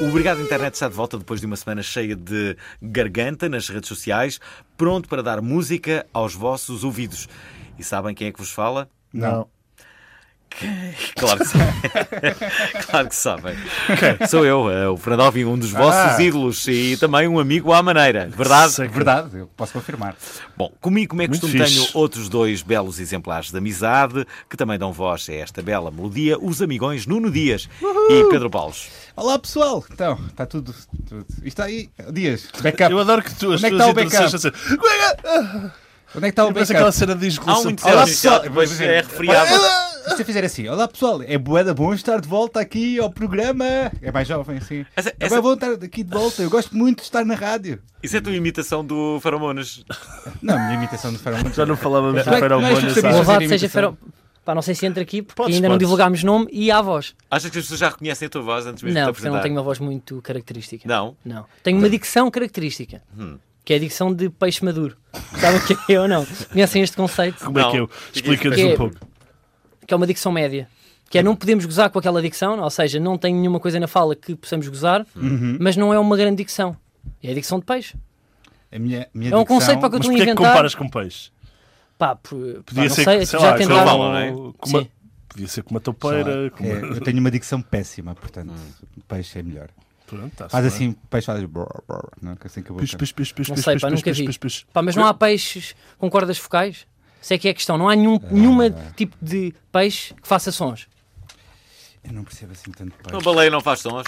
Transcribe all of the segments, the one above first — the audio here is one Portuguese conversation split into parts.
O Obrigado Internet está de volta depois de uma semana cheia de garganta nas redes sociais, pronto para dar música aos vossos ouvidos. E sabem quem é que vos fala? Não. Claro que sabem. claro que sabem. Sou eu, eh, o Fernando Alvim, um dos vossos Ah. ídolos e também um amigo à maneira, verdade? Sei que- Verdade, eu posso confirmar. Bom, comigo, como é Muito costume, tenho fixe. outros dois belos exemplares de amizade que também dão voz a esta bela melodia, os amigões Nuno Dias e Pedro Paulos. Olá pessoal! Então, está tudo. tudo. Isto está aí. Dias, backup. Eu adoro que tu, as Onde é que tuas está o introduções são assim. Como é que- Onde é que está o Parece backup? aquela cena de Há um desgolação. Olá, interesse pessoal. social, depois é refriado. E se eu fizer assim, olá pessoal, é boeda bom estar de volta aqui ao programa. É mais jovem, assim. Essa- É essa- bem bom estar aqui de volta, eu gosto muito de estar na rádio. Isso é a tua imitação do Faramonas. Não, a minha imitação de Faramundo. Já não falávamos Não é- do não é Feromônio. especialista. sabe? fazer Louvado seja imitação. Ferão. Pá, não sei se entra aqui porque Tá. Podes, ainda não podes. divulgámos nome e há voz. Achas que as pessoas já reconhecem a tua voz antes mesmo Não, de porque te eu não apresentar? tenho uma voz muito característica. Não? Não. Tenho uma dicção característica. Hum. Que é a dicção de peixe maduro. Sabem o que é ou não? Conhecem este conceito? Como é que Não. eu? Explica-nos Que é- um pouco. Que é uma dicção média. Que é não podemos gozar com aquela dicção, ou seja, não tem nenhuma coisa na fala que possamos gozar, Uhum. mas não é uma grande dicção. É a dicção de peixe. A minha, minha É um dicção- conceito para que eu Mas estou a porquê é que inventar. comparas com peixe? Pá, por- pá, Podia não ser, sei, sei já lá, é? com- tentaram. com uma- Sim. Podia ser com uma toupeira. com É, uma- eu tenho uma dicção péssima, portanto, Hum. peixe é melhor. Pronto, tá-se Faz bem. assim, peixe faz. brrr, brrr, Não, que assim que eu vou. Peixe, peixe, peixe, peixe, Não peixe, sei, pá, peixe, nunca peixe, vi. peixe, peixe. Pá, mas não há peixes com cordas focais? Se é que é a questão. Não há nenhum nenhuma tipo de peixe que faça sons. Eu não percebo assim tanto peixe. Uma baleia não faz sons.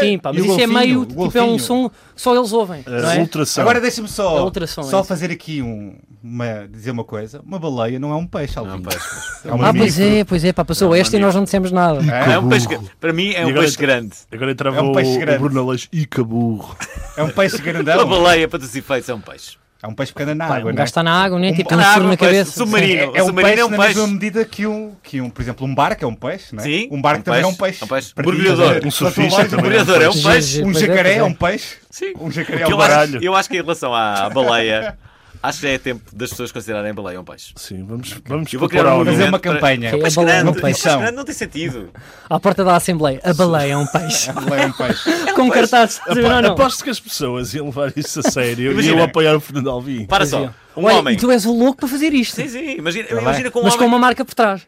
Sim, pá, E mas o isso é golfinho? meio. O Tipo, é um golfinho? som que só eles ouvem. não A é? ultração. Agora deixa-me só, É ultrassom, é só isso. fazer aqui um, uma, dizer uma coisa. Uma baleia não é um peixe, Não, Alvin. peixe. É um Ah, mamífero. pois é, pois é, pá, passou Não, esta e não nós não dissemos nada. É um peixe, gr- para mim é E um agora peixe tá- grande. Agora entrava É um o, peixe o grande. Bruno Aleixo e caburro. É um peixe Uma grandão. baleia para todos os efeitos é um peixe. É um peixe pequeno na O água, gajo não é? está na água, não é? Tipo, tem na um água, furo na um peixe cabeça. submarino. É, é O um submarino peixe é um na peixe. mesma medida que um, que um, por exemplo, um barco é um peixe, não é? Sim, Um barco um também é um peixe, peixe. um peixe. Para ti, Mergulhador. estás a ver? Um Só tu surfista vais- O também é um boreador é um peixe. peixe. Um Pois é, jacaré pois é é. um peixe. Sim. Um jacaré é Que um eu, acho, baralho. eu acho que em relação à baleia, acho que já é tempo das pessoas considerarem a baleia um peixe. Sim, vamos, vamos Eu vou propor criar um algo. Fazer uma Para- campanha. Que é Um a Peixe baleia grande, é um peixe peixe. grande não tem sentido. À porta da Assembleia, a baleia é um peixe. baleia é um peixe. com cartazes. Não, não. Aposto que as pessoas iam levar isso a sério e Imagina. iam apoiar o Fernando Alvim. Para só, um é. Olha, homem. e tu és o louco para fazer isto. Sim, sim, imagina, imagina com um mas com homem. uma marca por trás.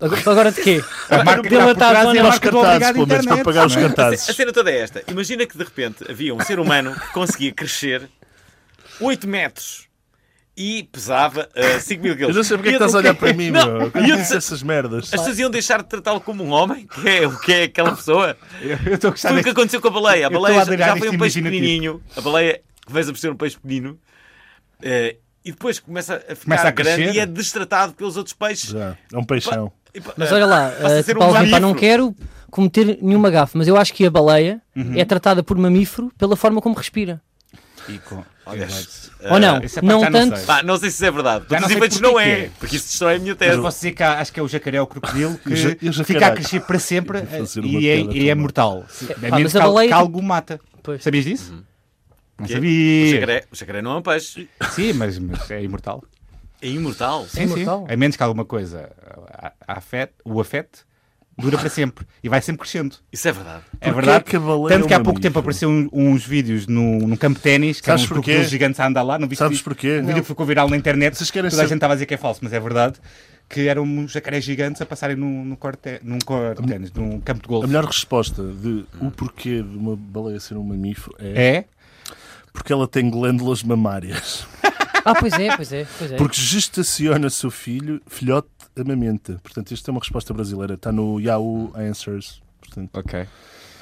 Agora, agora de quê? A marca que está por Dilatar trás com é a nós Para os marca do cartazes, Obrigado pelo menos, para Internet. pagar os não é? A ce- a cartazes. cena toda é esta. Imagina que de repente havia um ser humano que conseguia crescer 8 metros e pesava ah, 5 mil Eu quilos. não sei porque é E que eu- estás a olhar para mim, Não, meu. e Quando eu- disse essas merdas. As pessoas iam deixar de tratá-lo como um homem? Que é o que é aquela pessoa? Eu estou a Tá gostar Foi o que deste. aconteceu com a baleia. A Eu estou baleia a já, adorar já foi este um peixe imaginativo. pequenininho. A baleia começa a ser um peixe pequenino. eh, e depois começa a ficar Começa a grande crescer. e é destratado pelos outros peixes. Já, é um peixão. E pa- Mas eh, olha lá, passa a eh, ser um Paulo Ripa, mamífero. não quero cometer nenhuma gafe, mas eu acho que a baleia é tratada por mamífero pela forma como respira. E com- Olha, Exato. eh, Ou não? isso é pá, não já não tanto. sei. pá, não sei se isso é verdade. Já Para não os sei efeitos porquê não que é, é. porque isso destrói a minha Mas tese. posso dizer que há- acho que é o jacaré ou o crocodilo Eu já- que eu já fica a caralho. crescer para sempre Eu vou fazer eh, uma e é, piada e é também. mortal. Ah, Se- É, A pá, menos mas a que, al- baleia- que algo o mata. Pois. Sabias disso? Uhum. Não Que é? O sabia. jacaré, o jacaré não é um peixe. Sim, mas, mas é imortal. É imortal. É imortal. A menos que alguma coisa a- a- afete, o afete, dura para sempre e vai sempre crescendo. Isso é verdade. É Porquê verdade. que a baleia é Tanto que há um pouco tempo mamífero? apareceu um- uns vídeos no, num campo de ténis que eram Sabes uns porquê? crocodilos gigantes a andar lá. Não viste Sabes isso? porquê? Um vídeo que ficou viral na internet. Vocês querem Toda a saber- gente estava a dizer que é falso, mas é verdade. Que eram uns jacarés gigantes a passarem num, num, corte, num corte de ténis, num campo de A golfe. melhor resposta de o porquê de uma baleia ser um mamífero é, É? porque ela tem glândulas mamárias. Ah, pois é, pois é, pois é. Porque gestaciona seu filho, filhote amamenta. Portanto, isto é uma resposta brasileira. Está no Yahoo Answers. Portanto, Ok.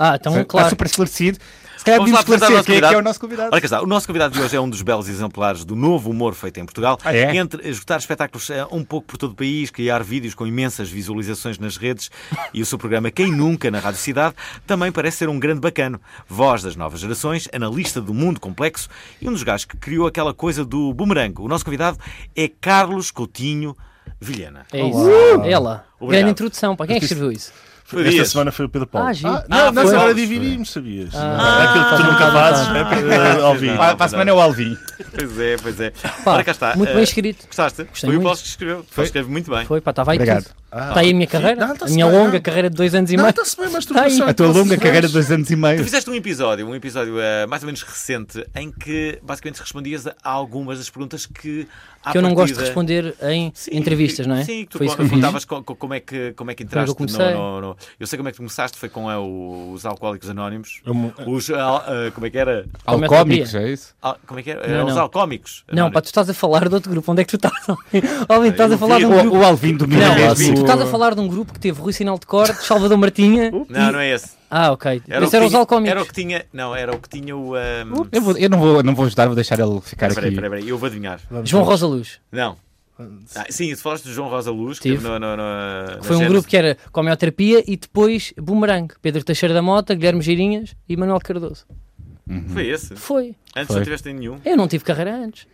Ah, então, Está claro. super esclarecido. Se calhar Vamos lá devíamos apresentar o esclarecer nosso quem é que convidado. é o nosso convidado. Ora, cá está. O nosso convidado de hoje é um dos belos exemplares do novo humor feito em Portugal. Ah, é? Entre esgotar espetáculos eh, um pouco por todo o país, criar vídeos com imensas visualizações nas redes e o seu programa Quem Nunca na Rádio Cidade também parece ser um grande bacano. Voz das novas gerações, analista do mundo complexo e um dos gajos que criou aquela coisa do bumerangue. O nosso convidado é Carlos Coutinho Vilhena. É isso. É lá. Obrigado. Grande introdução. Para quem é que escreveu isso? Foi esta dias. semana foi o Pedro Paulo. Ah, giro. não, é Ah, nós foi. agora dividimos, sabias? Ah. Aquilo que tu nunca fazes, é, ao vivo. Para para a semana é o Alvin. Pois é, pois é. Pá, Ora, cá está. Muito Eh, bem escrito. Gostaste? foi o muito. Paulo que escreveu. Foi. Escreve muito bem. Foi, pá, estava aí Obrigado. tudo. Está aí a minha carreira, Não, tá-se a minha bem, longa não. carreira de dois anos e Não, meio. está-se bem, mas tu Tá aí. A tua longa carreira de dois anos e Tu meio. fizeste um episódio, um episódio eh, mais ou menos recente, em que basicamente respondias a algumas das perguntas que à Que eu não gosto de partida- responder em Sim, entrevistas, não é? Sim, que tu Foi isso que eu fiz. contavas co- co- como é que, como é que é que entraste. eu comecei? no- no- no- Eu sei como é que tu começaste, foi com eh, os Alcoólicos Anónimos. É uma- Os. ah, ah, como é que era? Alcómicos, é isso? Ah, como é que era? Não, Eram os não. Alcómicos. Não, pá, tu estás a falar de outro grupo. Onde é que tu estás? Olha, estás a eu falar de vi- um O, grupo. o Alvin do Não, Miguel vi. tu Bosco. estás a falar de um grupo que teve Rui Sinal de Corte, Salvador Martinha. Não, não é esse. Ah, ok. o Esse que eram os tinha- Era o alcoómicos. que tinha. Não, era o que tinha o. ah, Eu, vou- eu não, vou, não vou ajudar, vou deixar ele ficar Peraí, aqui. peraí, peraí, eu vou adivinhar. João Rosa Luz. Não. Ah, sim, tu falaste do João Rosa Luz, que Tive. teve no- no- no- na Foi um Gênesis. grupo que era Comioterapia e depois Boomerang. Pedro Teixeira da Mota, Guilherme Girinhas e Manuel Cardoso. Foi esse. Foi. Antes Foi. não tiveste em nenhum. Eu não tive carreira antes.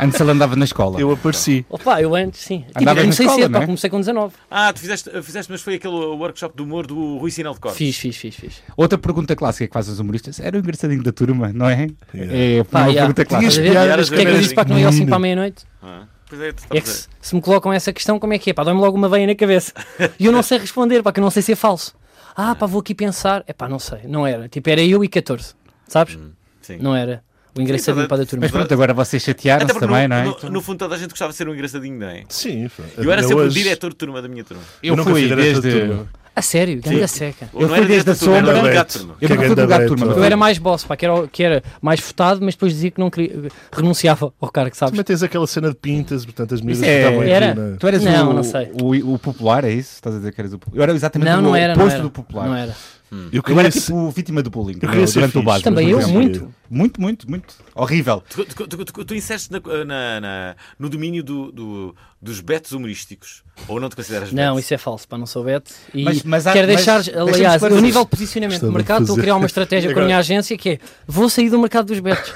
Antes ele andava na escola. Eu apareci. Opa, eu antes, sim. Tive, Andavas na comecei escola, cedo, não é? pá, comecei com 19. Ah, tu fizeste, fizeste, mas foi aquele workshop do humor do Rui Sinal de Cortes. Fiz, fiz, fiz, fiz. Outra pergunta clássica que faz os humoristas era o engraçadinho da turma, não é? É Pá, uma já. pergunta Estás a clássica. ver? piadas Porque é que eu primeiras disse para que não ia ao 5 para a meia-noite? Ah, pois é, tu estás É a que dizer. se, se me colocam essa questão, como é que é? Pá, dói-me logo uma veia na cabeça. E eu não sei responder, pá, que eu não sei se é falso. Ah, pá, vou aqui pensar. É pá, não sei. Não era. Tipo, era eu e 14. Sabes? Sim. Não era. O Hum. Sim, tá engraçadinho toda- para a da turma. Mas pronto, agora vocês Até chatearam-se porque no, também, não é? no- no fundo toda a gente gostava de ser um engraçadinho, não é? Sim, foi. Eu era Ainda sempre hoje- o diretor de turma da minha turma. Eu nunca fui fui diretor de desde. turma. A sério, grande seca. Ou Eu não fui era desde diretor a de turma, sombra. era delegado de Leite. turma. Eu nunca fui Cagando do gato a de letra. turma. Eu era mais boss, pá, que era, o- que era mais votado, mas depois dizia que não queria, renunciava ao cargo, sabes? Também tens aquela cena de pintas, portanto, as Isso miúdas é- estavam Era. aqui na... Tu eras Não, o, não sei. O, o popular, é isso? Estás a dizer que eras o popular? Eu era exatamente Não, o não era, não oposto era. do popular. Não era. Eu Eu queria era ser- tipo vítima do bullying Eu queria eh, ser durante o fixe, básico. Também por eu, exemplo. muito. Muito, muito, muito. Horrível. Tu, tu, tu- tu- tu inseres na- na- na- no domínio do- do- dos betos humorísticos. Ou não te consideras Não, beto? isso é falso, pá, não sou Beto. E Mas- mas há- quero mas deixar, deixa-me aliás, esclarecer. o nível de posicionamento Estava do a mercado, estou a fazer- criar uma estratégia com a minha agência que é vou sair do mercado dos Betos.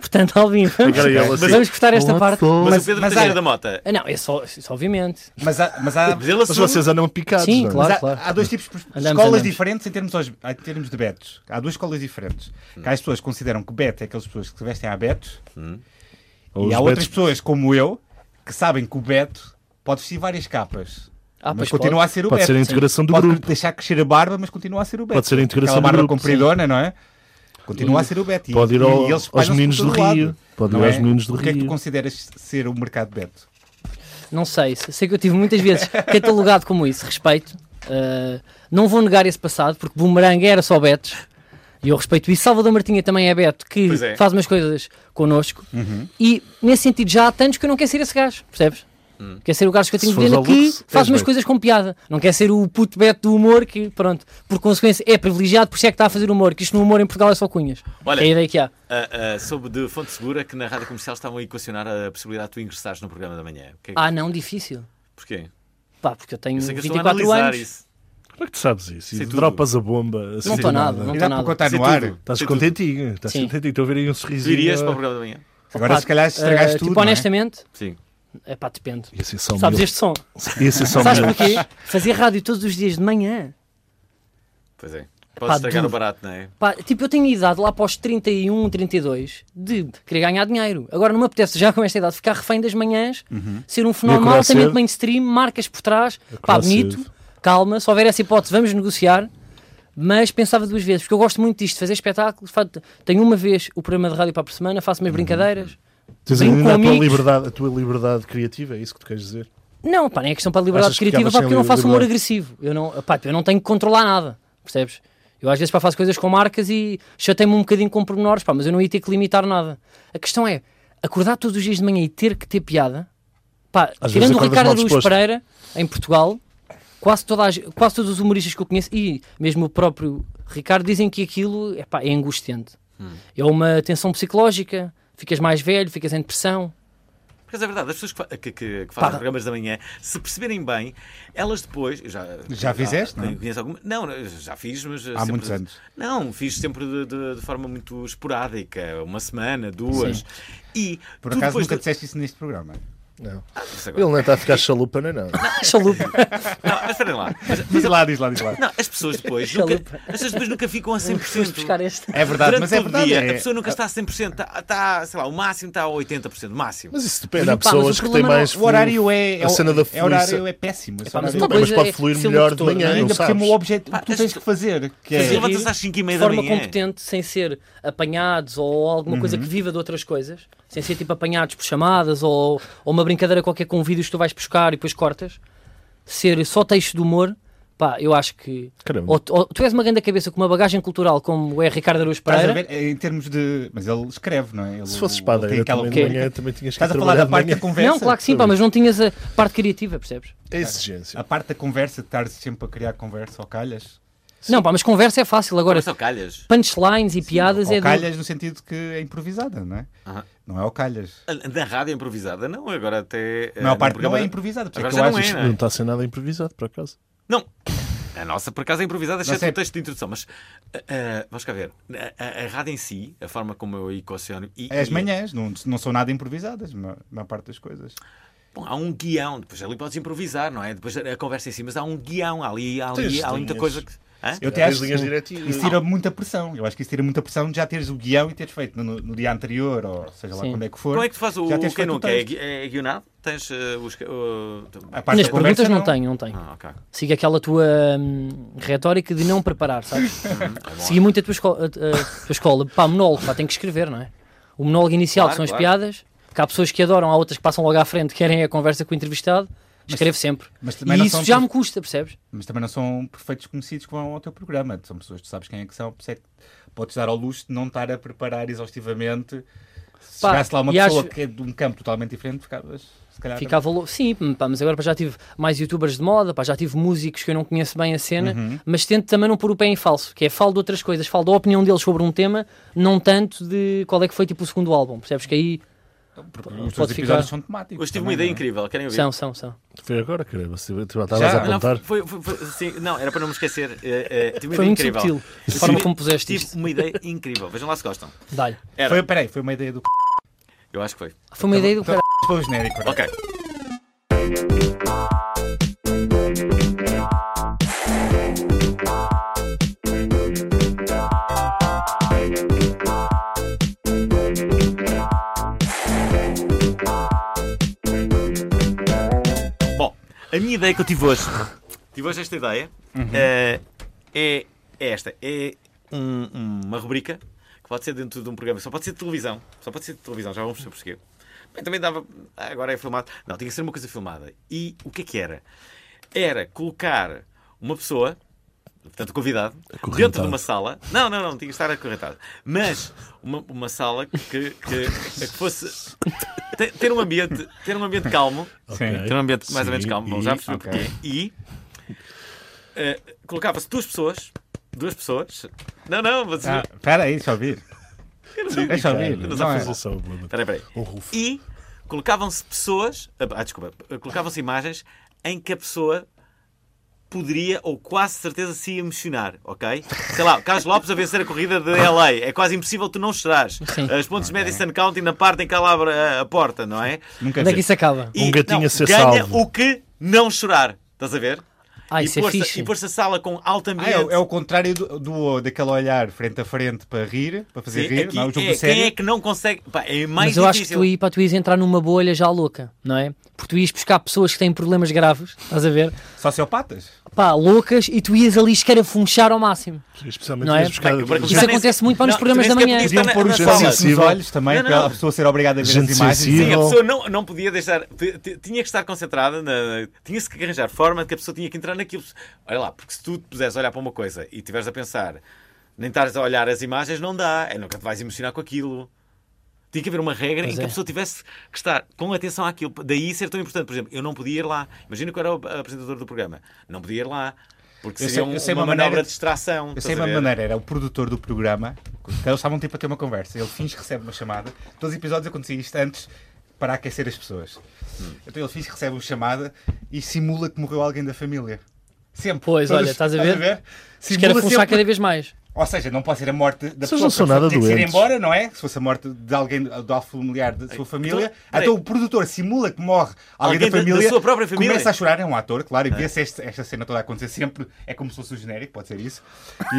Portanto, Alvin, vamos, Agora ele assim. vamos cortar esta Olá, parte. pessoal. Mas, Mas- o Pedro mas Teixeira olha- da Mota. Ah, não, é só, isso, obviamente. Mas há, mas há, Mas ele Mas assume. vocês andam picados, Sim, não é? claro, mas há- claro. há dois tipos de escolas Andamos, andamos. diferentes em termos, aos- em termos de betos. Há duas escolas diferentes. Cá as pessoas que consideram que beto é aquelas pessoas que se vestem a betos. Ou os e há outras betos- pessoas, como eu, que sabem que o beto pode vestir várias capas. Ah, mas pois continua a pode. ser o Pode beto. ser a integração do Pode grupo. deixar crescer a barba, mas continua a ser o beto. Pode ser a integração Aquela do barba grupo, compridona, não é? Continua a ser o beto. E- Pode ir ao- e eles aos espalham-se por meninos do todo lado, Rio. Pode ir não aos meninos do O que é que tu Rio. consideras ser o mercado beto? Não sei, se- sei que eu tive muitas vezes catalogado como isso, respeito. Uh, não vou negar esse passado, porque Boomerang era só Betos. E eu respeito isso. Salvador Martinha também é Beto, que Pois é. faz umas coisas connosco. Uhum. E nesse sentido, já há tantos que eu não quero ser esse gajo, percebes? Hum. Quer ser o gajo que eu tenho Se fores de ao que Lux, faz és umas Beto. coisas com piada. Não quer ser o puto Beto do humor, que, pronto, por consequência é privilegiado, por isso é que está a fazer humor. Que isto no humor em Portugal é só cunhas. Olha, é a ideia que há. Ah, ah, soube de fonte segura que na rádio comercial estavam a equacionar a possibilidade de tu ingressares no programa da manhã. O que é que- Ah, não, difícil. Porquê? Pá, porque eu tenho Eu sei que eu estou a 24 analisar anos. isso. Como é que tu sabes isso? Sei E tudo. dropas a bomba assim Não do estou nada, E não estou dá para nada. contar Sei no ar? tudo. Estás Sei tudo. contentinho, estás Sim. contentinho. Estou a ver aí um Tu irias sorrisinho. para o programa da manhã? Agora, Pá, se calhar, estragaste eh, tudo, Tipo, não é? honestamente, Sim. é pá, depende. Ia ser só um Sabes meu. este som? Ia ser só um Sabes meu. porquê? Fazer rádio todos os dias de manhã. Pois é. Podes estragar duro. o barato, não é? Pá, tipo, eu tenho idade lá para os 31, 32 de querer ganhar dinheiro. Agora não me apetece já com esta idade ficar refém das manhãs, ser um fenómeno acordar altamente cedo. mainstream, marcas por trás, pá, Acordar bonito, cedo. calma, se houver essa hipótese vamos negociar. Mas pensava duas vezes, porque eu gosto muito disto, fazer espetáculos. fa- Tenho uma vez o programa de rádio para a semana, faço umas brincadeiras. Tens Brinco ainda a com tua amigos. liberdade, a tua liberdade criativa, é isso que tu queres dizer? Não, pá, nem é questão para a liberdade Achas que criativa, ficavas pá, porque sem eu não faço humor liberdade? agressivo. Eu não, pá, eu não tenho que controlar nada, percebes? Eu às vezes pá, faço coisas com marcas e chatei-me um bocadinho com pormenores, pá, mas eu não ia ter que limitar nada. A questão é, acordar todos os dias de manhã e ter que ter piada, pá, Às vezes tirando o acordas Ricardo mal Aruz disposto. Pereira, em Portugal, quase, toda a ge- quase todos os humoristas que eu conheço e mesmo o próprio Ricardo dizem que aquilo epá, é angustiante. É uma tensão psicológica, ficas mais velho, ficas em depressão. Porque é verdade, as pessoas que, fa- que- que- que fazem programas da manhã, se perceberem bem, elas depois. eu Já, Ah, Já fizeste, não? é? Conheço alguma- não, já fiz, mas. Há muitos anos. Não, fiz sempre de, de- de forma muito esporádica, uma semana, duas. E. Por tu acaso depois nunca do- disseste isso neste programa. Não. Isso agora- Ele não está a ficar chalupa, não é nada. Chalupa. Não, mas esperem lá. Mas- Diz lá, diz lá, diz lá. não, as pessoas depois. nunca, as pessoas depois nunca ficam a 100%. buscar este. É verdade, Durante mas é todo o verdade. dia, é- a pessoa nunca está a 100%, está, está, tá, sei lá, o máximo está a 80%, máximo. Mas isso depende. Mas, Há pá, mas pessoas o que têm problema não- mais. O horário é. A cena da é, horário fluiça. é péssimo. esse Epá, mas horário- uma Também, mas coisa pode é fluir ser melhor de locutor, manhã, não é? não Ainda por cima sabes? o objeto Pá, que tu as tens pessoas- que fazer. Que Mas é... Fazer- levanta-se às 5 e meia de da forma manhã. competente, sem ser apanhados ou alguma coisa que viva de outras coisas, sem ser tipo apanhados por chamadas ou, ou uma brincadeira qualquer com vídeos que tu vais buscar e depois cortas, ser só texto de humor, pá, eu acho que. Caramba. Ou, ou tu és uma grande cabeça com uma bagagem cultural como é Ricardo Araújo Estás a Pereira, ver? Em termos de. Mas ele escreve, não é? Ele, Se fosse ele espada, tem aquela- é também, que- de manhã, também tinhas que Estás a falar trabalhar da de parte da manhã. conversa? Não, claro que sim, pá, mas não tinhas a parte criativa, percebes? É A exigência. parte da conversa, de estar sempre a criar conversa ou calhas. Não, pá, mas conversa é fácil. Agora, Mas só calhas. punchlines e piadas ou é. calhas Do... no sentido que é improvisada, não é? Aham. Não é o calhas. Na rádio improvisada, não, agora até. A maior eh, parte no não programa- é improvisada. Porque Agora eu já não acho é, isto- não é? Não está a ser nada improvisado, por acaso. Não. A nossa, por acaso, é improvisada, exceto sei. o texto de introdução. Mas, ah, ah, vamos cá ver. A, a- a rádio em si, a forma como eu a equaciono. E, É as e- manhãs, não, não são nada improvisadas, na maior parte das coisas. Bom, há um guião, depois ali podes improvisar, não é? Depois a, a conversa em si, mas há um guião, há ali, há, ali, Tens há ali muita linhas. coisa que. Hã? Eu até Tens acho linhas que diretivas. isso tira muita pressão. Eu acho que isso tira muita pressão de já teres o guião e teres feito no, no dia anterior, ou seja lá Sim. quando é que for. Como é que tu fazes o, já o tens quem feito o nunca? É, texto. gui- é guionado? Tens eh, os. que- o- A parte Nas da conversa, perguntas não tenho, não tenho. Ah, ok. Siga aquela tua hum, retórica de não preparar, sabes? Segui muito a tua, esco- a- a tua escola. Pá, monólogo, pá, tem que escrever, não é? O monólogo inicial, Claro, que são as claro. piadas, que há pessoas que adoram, há outras que passam logo à frente, querem a conversa com o entrevistado, escreve sempre. mas também e não isso são já todos- me custa, percebes? Mas também não são perfeitos conhecidos que vão ao teu programa. São pessoas que tu sabes quem é que são, por isso é que podes dar ao luxo de não estar a preparar exaustivamente. Se Pá, chegasse lá uma e pessoa acho- que é de um campo totalmente diferente, ficavas, se calhar. Ficava louco. Sim, hum, pá, mas agora pá, já tive mais youtubers de moda, pá, já tive músicos que eu não conheço bem a cena, Uhum. mas tento também não pôr o pé em falso, que é falo de outras coisas, falo da opinião deles sobre um tema, não tanto de qual é que foi tipo o segundo álbum, percebes? Que aí Porque os teus pode episódios ficar. são temáticos. Hoje tive uma também, ideia não é? incrível, querem ouvir? Ah, são, são, são. Foi agora, caramba. Se tu estavas Já? a Não, apontar. foi, foi- foi- sim, não, era para não me esquecer. eh, eh, tive uma Foi ideia muito incrível. subtil, a Tive- forma como puseste Tive isto. uma ideia incrível. Vejam lá se gostam. Dá-lhe. Era. Foi, peraí, foi uma ideia do c. Eu acho que foi. Foi uma ideia do Então, cara. foi o genérico. não é? Ok. Bom, a minha ideia que eu tive hoje, tive hoje esta ideia, eh, é, é esta. É um- uma rubrica que pode ser dentro de um programa, só pode ser de televisão. Só pode ser de televisão, já vamos perceber porquê. Bem, também dava. ah, Agora é filmado. Não, tinha que ser uma coisa filmada. E o que é que era? Era colocar uma pessoa, portanto, convidado, dentro de uma sala. Não, não, não, tinha que estar acorrentado. Mas uma, uma sala que, que, que fosse. ter- Ter um, ambiente, ter um ambiente calmo Sim. ter um ambiente mais ou menos Sim, calmo, bom, e- já percebi ok. porquê. E eh, colocava-se duas pessoas, duas pessoas. Não, não, mas. Ah, espera aí, deixa eu ouvir. Deixa eu ouvir. Cara, não é? fazer só uma- Espera aí, espera aí. um rufo. E colocavam-se pessoas. Ah, desculpa. Colocavam-se imagens em que a pessoa poderia ou quase certeza se ia emocionar, ok? Sei lá, o Carlos Lopes a vencer a corrida de LA. É quase impossível tu não chorares. Sim. As pontes Madison County na parte em que ela abre a- a porta, não é? Nunca Onde é vi. que isso acaba? E, Um gatinho a ser ganha salvo. o que não chorar. Estás a ver? Ah, e isso é pôr-se- fixe. E pôr-se a sala com alto Ah, ambiente. é, o- é o contrário do, do- daquele olhar frente a frente para rir, para Sim, fazer rir, aqui não é o jogo é, do sério. Quem é que não consegue? Pá, é mais Mas eu acho que difícil. tu, ia, pá, tu ias entrar numa bolha já louca, não é? Porque tu ias buscar pessoas que têm problemas graves, estás a ver? Sociopatas? Pá, loucas, e tu ias ali escarafunchar ao máximo. Especialmente Não é? nas buscadas- Bem, Isso acontece muito para nos programas da manhã. Podiam pôr os na fones nos sensível. olhos também, Não, não, para não. a pessoa ser obrigada a ver Gente as imagens. Sim, a sensível. pessoa não, não podia deixar. t- t- Tinha que estar concentrada. na- Tinha-se que arranjar forma de que a pessoa tinha que entrar naquilo. Olha lá, porque se tu te puseres a olhar para uma coisa e estiveres a pensar, nem estás a olhar as imagens, não dá. É, nunca te vais emocionar com aquilo. Tinha que haver uma regra Pois em que é. a pessoa tivesse que estar com atenção àquilo. Daí ser tão importante. Por exemplo, eu não podia ir lá. Imagina que eu era o apresentador do programa. Não podia ir lá. Porque Eu seria um- sei- eu sei uma, uma maneira manobra de- de distração. Eu sei estás uma a ver? maneira, era o produtor do programa, que eles estavam tipo a ter uma conversa. Ele finge que recebe uma chamada. Todos os episódios acontecia isto antes para aquecer as pessoas. Hum. Então ele finge que recebe uma chamada e simula que morreu alguém da família. Sempre. Pois, Todos- olha, estás a ver? Isto quer Simula afrouxar Tipo, sempre- cada vez mais. Ou seja, não pode ser a morte da Vocês pessoa. não são nada tem que ir doentes. embora, não é? Se fosse a morte de alguém, do alvo familiar da sua família. peraí. Então o produtor simula que morre alguém, Alguém da da- família. da sua própria família. Começa a chorar, é um ator, claro, e vê-se este- esta cena toda a acontecer sempre. É como se fosse o genérico, pode ser isso.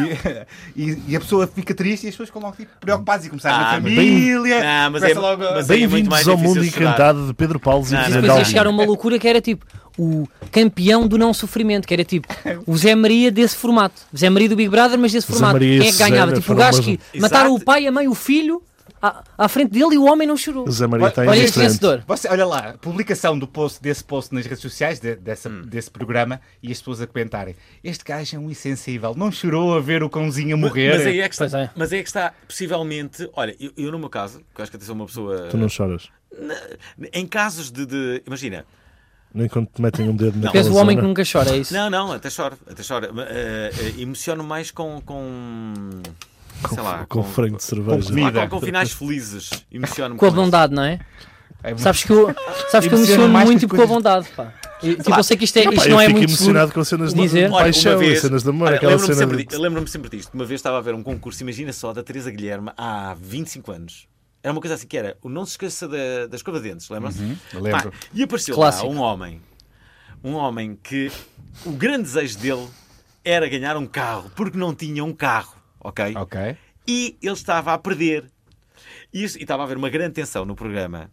E, e- e a pessoa fica triste e as pessoas ficam logo tipo, preocupadas e começaram Ah, na mas família. Ah, mas começa é- logo a- mas é muito mais Bem-vindos ao difícil mundo de chorar. encantado de Pedro Paulo e Não, E Cristina depois ia chegar a Dalvin. uma loucura que era tipo o campeão do não sofrimento, que era tipo o Zé Maria desse formato. Zé Maria do Big Brother, mas desse Zé formato. Maria Quem é e que ganhava? Susana Tipo o foram gajo umas- que mataram o Exato. pai, a mãe, o filho à, à frente dele e o homem não chorou. O Zé Maria está Olha tá um este indiferente. vencedor. Você, olha lá, publicação do post, desse post nas redes sociais, de- dessa- Hum. desse programa, e as pessoas a comentarem: Este gajo é um insensível, não chorou a ver o cãozinho a morrer. Mas aí é que Pois está, é. mas aí é que está possivelmente. Olha, eu, eu no meu caso, que eu acho que até sou uma pessoa. Tu não choras. Na- em casos de. de- imagina. Nem quando te metem um dedo na Tu és o homem que zona. nunca chora, é isso. Não, não, até choro. Até choro. Ma- eh, eh, emociono mais com. com sei lá. Com frango de cerveja. sei lá, Vida. com, com finais felizes. Emociono-me Com a isso. bondade, não é? É muito- Sabes que eu, sabes que Emociona eu emociono mais muito que com a coisas- vontade. Pá. E, tipo, lá. eu sei que isto, é, Pá, isto eu não é fico muito emocionado seguro com cenas de, dizer. de Olha, uma paixão, e vez- cenas de amor, Olha, aquela lembro-me cena sempre de- di- eu lembro-me sempre disto. Uma vez estava a ver um concurso, imagina só, da Teresa Guilherme há 25 anos. Era uma coisa assim que era o Não se esqueça da, da escova de dentes, lembram-se? Uhum, lembro. Pá, e apareceu Clássico. lá um homem, um homem que o grande desejo dele era ganhar um carro, porque não tinha um carro, ok? Ok. E ele estava a perder. E, isso- e estava a haver uma grande tensão no programa.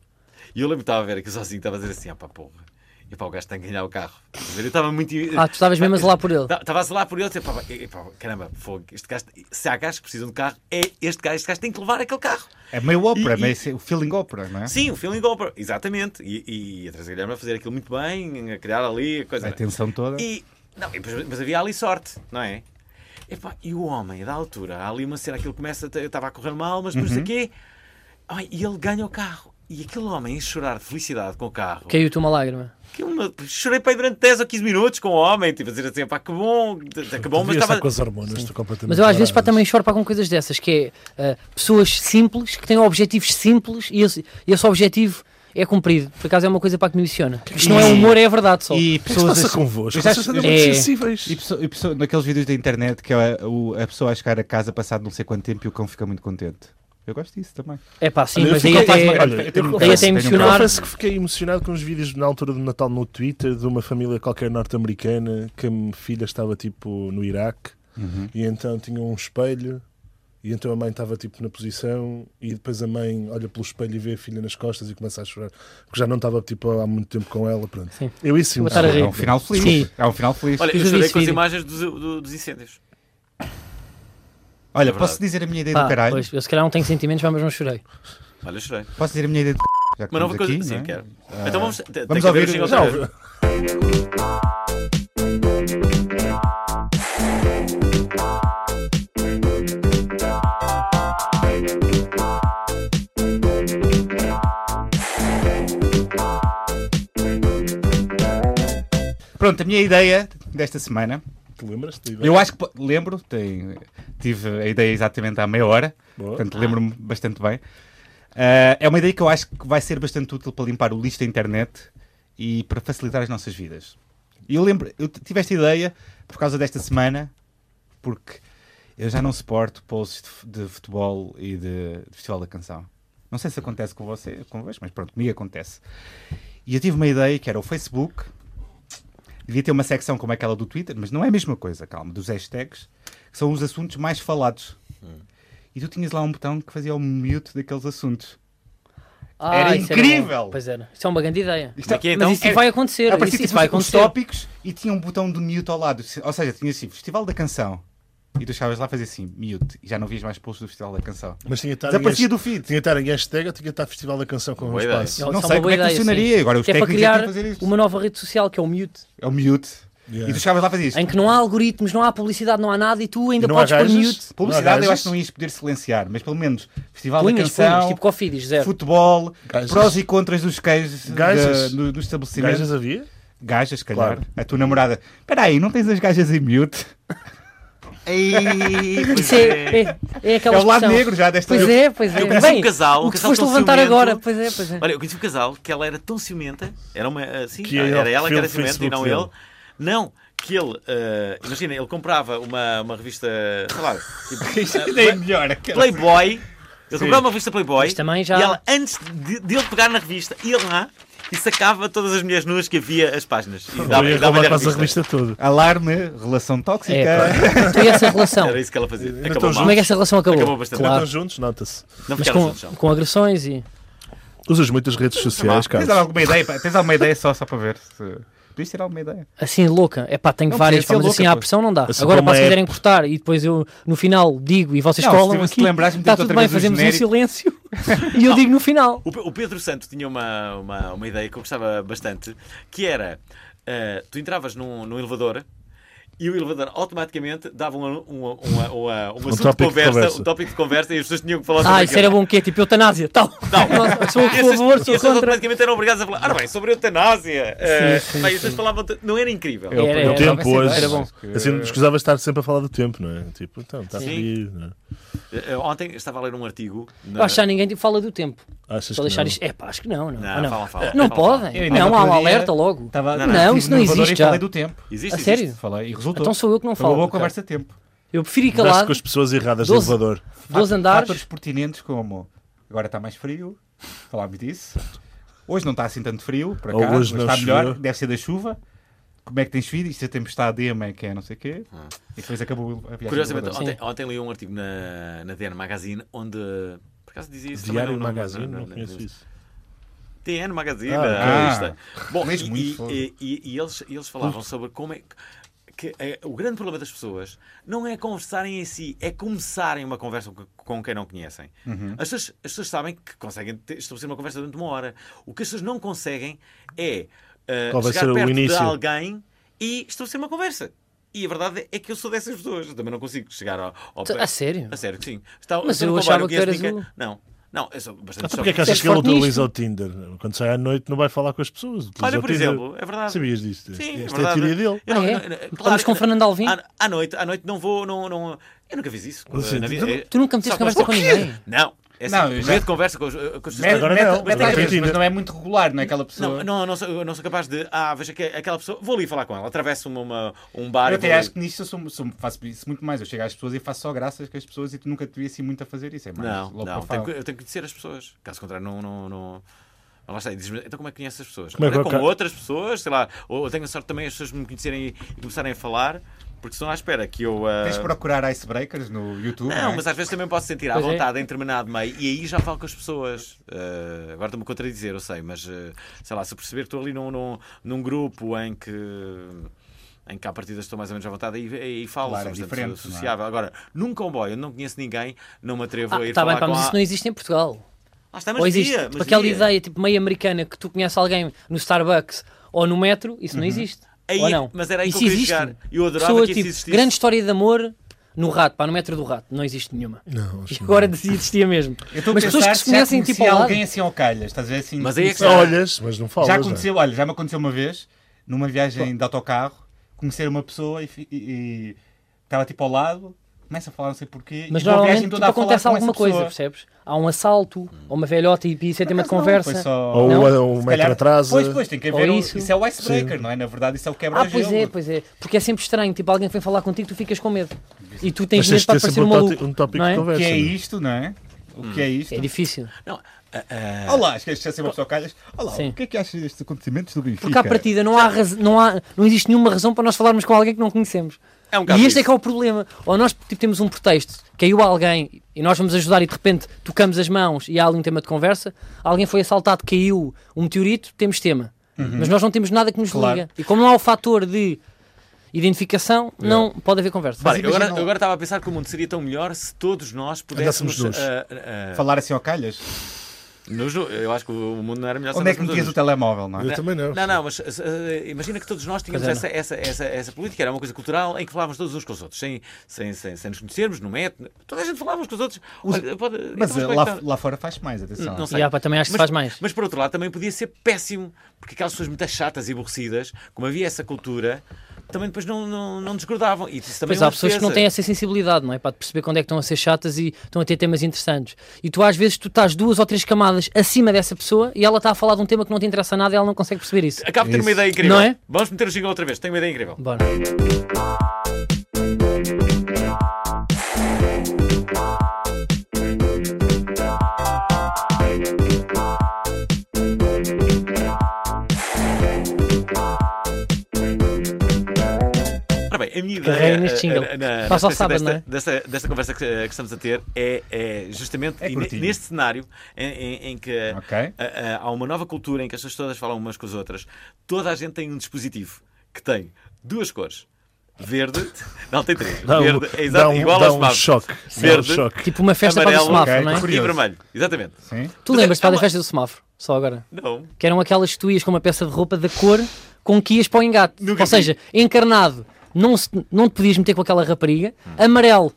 E eu lembro que estava a ver aqui sozinho, estava a dizer assim, ah pá, porra. E pá, o gajo tem que ganhar o carro. Estás a ver? Eu estava muito... Ah, tu estavas mesmo a zelar por ele. Estava a zelar por ele, dizer, pá, pá, eh, pá, caramba, fogo, este gajo, se há gajos que precisam de carro, é este gajo, este gajo tem que levar aquele carro. É meio ópera, E- e- mas é o feeling ópera, não é? Sim, o feeling opera, exatamente. E, e a Teresa Guilherme a fazer aquilo muito bem, a criar ali a coisa. A tensão toda. E, não, e depois- mas havia ali sorte, não é? Epá, e o homem, da altura, há ali uma cena, aquilo começa, eu estava a correr mal, mas depois Uhum. daqui, ai, e ele ganha o carro. E aquele homem a chorar de felicidade com o carro. Caiu-te uma lágrima. Que uma- Chorei para aí durante 10 ou 15 minutos com o homem, tipo a dizer assim, pá, que bom, que bom, mas Devia estar estava. com as hormonas, estou completamente Mas eu às vezes pá, parado. também choro para com coisas dessas, que é ah, pessoas simples, que têm objetivos simples e esse, e esse objetivo é cumprido. Por acaso é uma coisa para que me emociona. Isto não é E- humor, é a verdade só. E O que é que se pessoas. assim. passa convosco? Eu já- Vocês andam eu- muito é. sensíveis. E, pessoa- e pessoa- naqueles vídeos da internet que é o- a pessoa a chegar a casa passado não sei quanto tempo e o cão fica muito contente. Eu gosto disso também. É pá, sim, Olha, eu mas aí fico- até, olha, eu daí confesso- até tenho um Eu emocionar. confesso que fiquei emocionado com os vídeos na altura do Natal no Twitter de uma família qualquer norte-americana que a minha filha estava tipo no Iraque Uhum. e então tinha um espelho e então a mãe estava tipo na posição e depois a mãe olha pelo espelho e vê a filha nas costas e começa a chorar porque já não estava tipo há muito tempo com ela. Pronto. Sim. Eu isso Vou estar a É rir. um final feliz. Sim. É um final feliz. Olha, Eu eu já vi chorei esse com as vídeo. imagens dos, do- dos incêndios. Olha, é posso verdade. dizer a minha ideia do Pá, caralho? pois, eu se calhar não tenho sentimentos, mas não chorei. Olha, eu chorei. Posso dizer a minha ideia do caralho? Já que Uma nova estamos coisa. sim, aqui, não é? quero. Então vamos. tem vamos que haver ouvir- um jingle já outra vez. Pronto, a minha ideia desta semana. Te lembras? Eu acho que po- lembro, tem- tive a ideia exatamente à meia hora, Boa. portanto lembro-me bastante bem. Ah, é uma ideia que eu acho que vai ser bastante útil para limpar o lixo da internet e para facilitar as nossas vidas. E eu lembro, eu t- tive esta ideia por causa desta semana, porque eu já não suporto posts de, fu- de futebol e de, de Festival da Canção. Não sei se acontece com você, convosco, mas pronto, comigo acontece. E eu tive uma ideia que era o Facebook. Devia ter uma secção como aquela do Twitter, mas não é a mesma coisa, calma, dos hashtags, que são os assuntos mais falados. E tu tinhas lá um botão que fazia o mute daqueles assuntos. Ah, Era isso incrível! bom. pois era. Isso é uma grande ideia. Isto Como é- é que é, mas então? isso vai acontecer. Aparecia Isso, isso tipo vai os acontecer. tópicos e tinha um botão de mute ao lado. Ou seja, tinhas tipo Festival da Canção. E tu chegavas lá a fazer assim, mute. E já não vias mais posts do Festival da Canção. Mas tinha de estar em Desaparecia hashtag- do feed. tinha de estar em hashtag ou tinha de estar Festival da Canção com um Boa ideia. espaço? Isso Não sei é uma boa como é que ideia, sim. funcionaria. Agora os Que é para técnicos é que criar têm que fazer isto. uma nova rede social que é o mute. É o mute. Yeah. E tu chegavas lá e fazias Em que não há algoritmos, não há publicidade, não há nada e tu ainda E não há podes pôr gajas? mute. Não há Publicidade gajas? eu acho que não ias poder silenciar, mas pelo menos Festival da Punhas, Canção, punhas, tipo Cofidis, zero. futebol, Gajas. prós e contras dos queijos Gajas. da- do, do estabelecimento. Gajas havia? Gajas, se calhar. Claro. A tua namorada. Espera aí, não tens as gajas em mute? Ei, pois Isso é, é. é, é aquela É o lado expressão. negro já desta... Pois é, pois é. Eu conheci Bem, um casal, o um que casal foste tão levantar ciumento. agora, pois é, pois é. Olha, eu conheci um casal que ela era tão ciumenta, era uma assim, Que ele era ela que perfil era ciumenta do e Facebook não dele. ele. Não, que ele, eh, imagina, ele comprava uma, uma revista, sei lá, tipo, Isto ainda é melhor. aquela- Playboy. Ele comprava uma revista Playboy Mas também já- e ela, antes de, de ele pegar na revista, ia lá e sacava todas as mulheres nuas que havia as páginas. E Dava, dava, ia e dava-lhe roubar a quase a revista. revista toda. Alarme, relação tóxica. É, pá. tu e essa relação. Era isso que ela fazia. Ainda Acabou estão mal. Como é que essa relação acabou? Acabou bastante. Ainda Claro. estão juntos? Nota-se. Não é Mas ficaram com, juntos, não. com agressões e. Usas muitas redes sociais, Tens Carlos. alguma ideia? pá? Tens alguma ideia só, só para ver se... Podias ter alguma ideia. Assim, louca. É pá, tenho Não, várias, podia ser pá, mas louca, assim à pô. pressão não dá. Assim, Agora, como pá, se é- quiserem cortar e depois eu no final digo e vocês Não, se colam tiver- se aqui. lembrares, metes Está tudo outra bem, vez o fazemos um genérico. silêncio e eu digo no final. O Pe- O Pedro Santo tinha uma, uma, uma ideia que eu gostava bastante, que era, eh, tu entravas num, num elevador e o elevador automaticamente dava um, um, uma, uma, um assunto de, tópico de conversa, conversa. um tópico de conversa e as pessoas tinham que falar sobre Ah, isso aquilo. era bom que é tipo eutanásia, tal. Não, tipo Sou a Esses- favor, sou esses contra. automaticamente eram obrigados a falar. Ora bem, sobre a eutanásia. eh, sim, bem, vocês falavam. de- Não era incrível. Eh, Era- Eu- era- eu- O tempo talvez hoje. seja era bom. bom. Assim, não escusava estar sempre a falar do tempo, não é? Tipo, então, está Sim. frio. não é? Eh, Ontem estava a ler um artigo. Eu acho que já ninguém tipo, fala do tempo. Achas Só que deixar não? isto. É pá, acho que não, não. Não, Ah, não. fala, fala, Não fala, fala. Eu podem. ainda Não, no há um outro dia alerta logo. Tava- Não, estive não, isso no não elevador existe e falei já. do tempo. Existe, A existe. sério? Falei e resultou. Então sou eu que não Foi uma falo. boa cara. conversa a tempo. Eu prefiro ir Andaste com calado, as pessoas erradas Doze. no elevador. dois Fatores andares. pertinentes como agora está mais frio, falámos disso. Hoje não está assim tanto frio, por Ou acaso, hoje mas não está melhor, choveu. deve ser da chuva. Como é que tem chovido? Isto é tempestade, EMA, que é não sei o quê. Ah. E depois acabou a viagem. Curiosamente, do elevador. ontem, ontem li um artigo na, na DN Magazine onde. Por acaso dizia isso também Diário no- no- Magazine, no- não no- conheço isso. Então, TN Magazine. Ah, a revista. Bom, Lês e, muito, foda. e, e- e eles, e eles falavam sobre como é que. que, eh, o grande problema das pessoas não é conversarem em si, é começarem uma conversa com- com quem não conhecem. Uhum. As, pessoas, as pessoas sabem que conseguem ter- estabelecer uma conversa durante uma hora. O que as pessoas não conseguem é eh, Qual vai chegar ser o perto de início? alguém e estabelecer uma conversa. E a verdade é que eu sou dessas pessoas. Eu também não consigo chegar ao. ao Então, A sério? A sério que sim. Está, Mas estou no comboio, eu achava alguém que tu se eras fica- Não, não, eu sou bastante Então, porque é que sóbrio. achas és que ele forte nisto? utiliza o Tinder? Quando sai à noite não vai falar com as pessoas. utiliza Olha, o por Tinder. exemplo, é verdade. Sabias disto? Sim, Esta é a verdade. teoria dele. Eu não- Ah, é? não- não- Estamos com o Fernando Alvim? À, à noite, à noite não vou, não, não- eu nunca fiz isso. Sim, Na tu- vida. é- Tu nunca Só meteste com- conversa com ninguém. Não, é assim, Não, não, eu eu já- conversa com os, com os Mete- Agora mete- não, mete agora às tem vezes, Tinder. mas não é muito regular, não é aquela não, pessoa. não, não sou, eu não sou capaz de. Ah, veja que aquela pessoa. Vou ali falar com ela. Atravesso uma, uma- um bar Eu e vou até acho ali. que nisto eu sou- sou- faço isso muito mais. Eu chego às pessoas e faço só graças com as pessoas e tu nunca te vi assim muito a fazer isso. É mais Não, low não. profile. Tenho, que- eu tenho que conhecer as pessoas. Caso contrário, não. não, não... Mas Lá está, e diz-me, então como é que conheces as pessoas? Como é que Olha, eu com ca- outras pessoas, sei lá, ou eu tenho a sorte também as pessoas me conhecerem e, e começarem a falar, porque estão à espera que eu. ah, Tens de procurar icebreakers no YouTube. Não, é? mas às vezes também posso sentir à Pois é. vontade em determinado meio e aí já falo com as pessoas. Eh, agora estou-me a contradizer, eu sei, mas eh, sei lá, se eu perceber que estou ali num, num, num grupo em que. Em que à partida estou mais ou menos à vontade e, e, e falo, Claro, é sou bastante diferente, não é? sociável. Agora, num comboio, eu não conheço ninguém, não me atrevo a ir Está falar Ah, Tá, bem, pá, com mas a- isso não existe em Portugal. Lá está, mas Ou existe? devia, Tipo, mas aquela devia. ideia tipo meio americana que tu conheces alguém no Starbucks ou no metro, isso não existe. Aí- ou não? mas era aí que isso eu queria existe. chegar. Eu adorava Pessoas, que isso tipo, existisse. Grande história de amor no rato, pá, no metro do rato, não existe nenhuma. Não, E agora dizia- existia mesmo. Eu estou a mas pessoas pensar que se conhecem já conheci tipo ao lado. alguém assim ao calhas, estás a ver assim? Mas aí é que começar- está. Olhas, mas não falas. Já não é? aconteceu, olha, já me aconteceu uma vez, numa viagem de autocarro, conhecer uma pessoa e, fi- e- e estava tipo ao lado, começa a falar não sei porquê, Mas e vou a normalmente viagem tipo, toda um a falar acontece com essa alguma coisa, pessoa. percebes? Há um assalto, ou uma velhota e, e isso é tema de Não, conversa. foi só- Ou Não, um- um se metro calhar- atrás. Pois, pois, tem que haver. Ou um- isso. Isso é o icebreaker, não é? Na verdade, isso é o quebra Ah, pois é, pois é. Porque é sempre estranho. Tipo, alguém vem falar contigo, tu ficas com medo. E tu tens Mas medo tens de para ter sempre parecer um um maluco. tópico um tópico não é? de O que conversa. é não é? isto, não é? O que é isto? É difícil. Não, ah, ah, Olá, é esquece de ser assim uma pessoa ao calhas. Olá, Sim. o que é que achas destes acontecimentos do Benfica? Porque à partida não, há raz- não, há, não existe nenhuma razão para nós falarmos com alguém que não conhecemos. É um bocado e este isso. é que é o problema. Ou nós tipo, temos um pretexto, caiu alguém e nós vamos ajudar e de repente tocamos as mãos e há ali um tema de conversa, alguém foi assaltado, caiu um meteorito, temos tema. Uhum. Mas nós não temos nada que nos Claro. liga. E como não há o fator de identificação, não pode haver conversa. Repara, Mas eu agora, imagina- eu agora estava a pensar que o mundo seria tão melhor se todos nós pudéssemos Andássemos nus. ah, ah, Falar assim ao calhas? Nos no- eu acho que o mundo não era melhor se Onde é que andássemos metias todos. o telemóvel, não é? Eu também não. Não, não, mas eh, imagina que todos nós tínhamos Pois essa, essa, essa, essa política, era uma coisa cultural em que falávamos todos uns com os outros, sem, sem, sem, sem nos conhecermos, no metro, toda a gente falava uns com os outros. Olha, pode- Mas então, eh, como é que tá? lá, lá fora faz mais, atenção. Não sei. E, ah, pá, também acho que se faz mais. Mas por outro lado também podia ser péssimo, porque aquelas pessoas muito chatas e aborrecidas, como havia essa cultura, também depois não, não, não desgordavam. E isso também Pois é uma há pessoas que não despesa. têm essa sensibilidade, não é? Para perceber quando é que estão a ser chatas e estão a ter temas interessantes. E tu, às vezes, tu estás duas ou três camadas acima dessa pessoa e ela está a falar de um tema que não te interessa nada e ela não consegue perceber isso. Acabo de ter uma Isso. ideia incrível. Não é? Vamos meter o jingle outra vez, tenho uma ideia incrível. Bora. Ora bem, a minha Carreguem ideia neste eh, jingle. eh, na- Faça na ao sábado, desta, não é? desta, desta conversa que, eh, que estamos a ter é, é justamente É e ne- curtinho. neste cenário em, em- em que Ok. ah, ah, há uma nova cultura em que as pessoas todas falam umas com as outras. Toda a gente tem um dispositivo que tem duas cores. Verde, não tem três. Dá um- verde é dá exato, um, igual dá aos um mapas. choque. Dá um Verde. choque. Tipo uma festa para o Amarelo, semáforo, ok. não é? Curioso. E vermelho, exatamente. Sim. Tu lembras-te pá, É da uma- festa do semáforo, só agora. Não. Que eram aquelas que tu ias com uma peça de roupa da cor com que ias para o engate. Nunca Ou seja, encarnado, não, se- não te podias meter com aquela rapariga. Amarelo,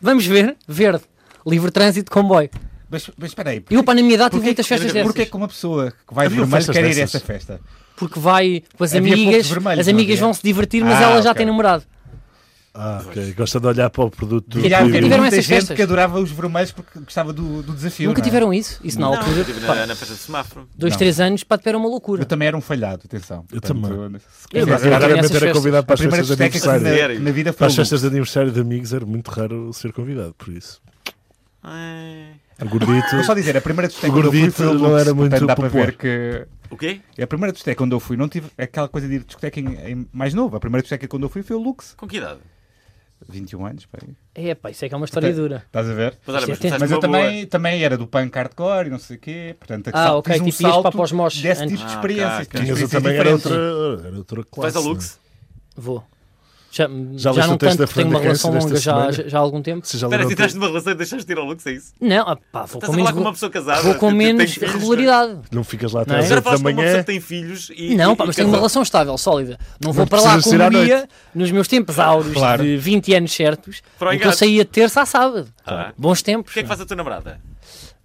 vamos ver. Verde, livre trânsito, comboio. Mas, mas espera aí. Eu, para na minha idade, tive Porquê- muitas festas dessas. Porquê que uma pessoa que vai Havia vermelho festas quer ir a dessas? essa festa? Porque vai com as Havia amigas, pontos vermelhos, as não amigas havia? vão se divertir, mas Ah, elas já ok. têm namorado. Ah, ok. Gosta de olhar para o produto do Se calhar Nunca havia Kiwi. tiveram muita essas gente festas? que adorava os vermelhos porque gostava do, do desafio. Nunca não é? tiveram isso? Isso na Não, altura. eu tive pá, na, na festa de semáforo. dois, Não. três anos, pá, era uma loucura. Eu também era um falhado, atenção. Eu Portanto, também. se Eu quiser- adorava Raramente essas era festas. A convidado para as primeira festas de discoteca que aniversário. aniversário. na, que na vida foi Para o as Lume. festas de aniversário de amigos era muito raro ser convidado, por isso. Ai, O gordito. Vou só dizer, a primeira discoteca O onde eu fui gordito foi o não Lux, era muito portanto dá para popular. ver que... O quê? É A primeira discoteca onde eu fui, não tive aquela coisa de ir discoteca em, em mais novo. A primeira discoteca quando eu fui foi o Lux. Com que idade? 21 anos, pá. aí. É, pá, isso é que é uma Então- história dura. Estás a ver? Mas olha, mas Sim, começaste Mas com eu uma boa- também, também era do punk hardcore e não sei o quê. Portanto, Ah, sal- ok, fiz um tipo, ias salto para- para os moches desse antes. tipo de Ah, experiência. ok, ok. Tinhas experiências também era diferentes. outra, era outra classe. né? Vais ao Lux? Vou. Já, já, leste não o texto tanto, da porque tenho uma Fernanda relação Câncer longa desta já, semana? já há algum tempo. Se já Espera, leram se outra- entraste numa relação e deixaste de ir ao Lux, é isso? Não, ah, pá, vou Estás com a falar menos, com uma pessoa casada? vou com Tu- tu menos tens filhos? regularidade. Não ficas lá até Não é? às Mas agora 8 da falaste com uma pessoa manhã. que tem filhos e. Não, e- é pá, mas e tenho uma casou. relação estável, sólida. Não vou Não para lá precisas como ir à ia nos meus tempos áureos Claro. de 20 anos certos, Para o em que eu engate. saía de terça a sábado. Ah. Bons tempos. O que é que faz a tua namorada?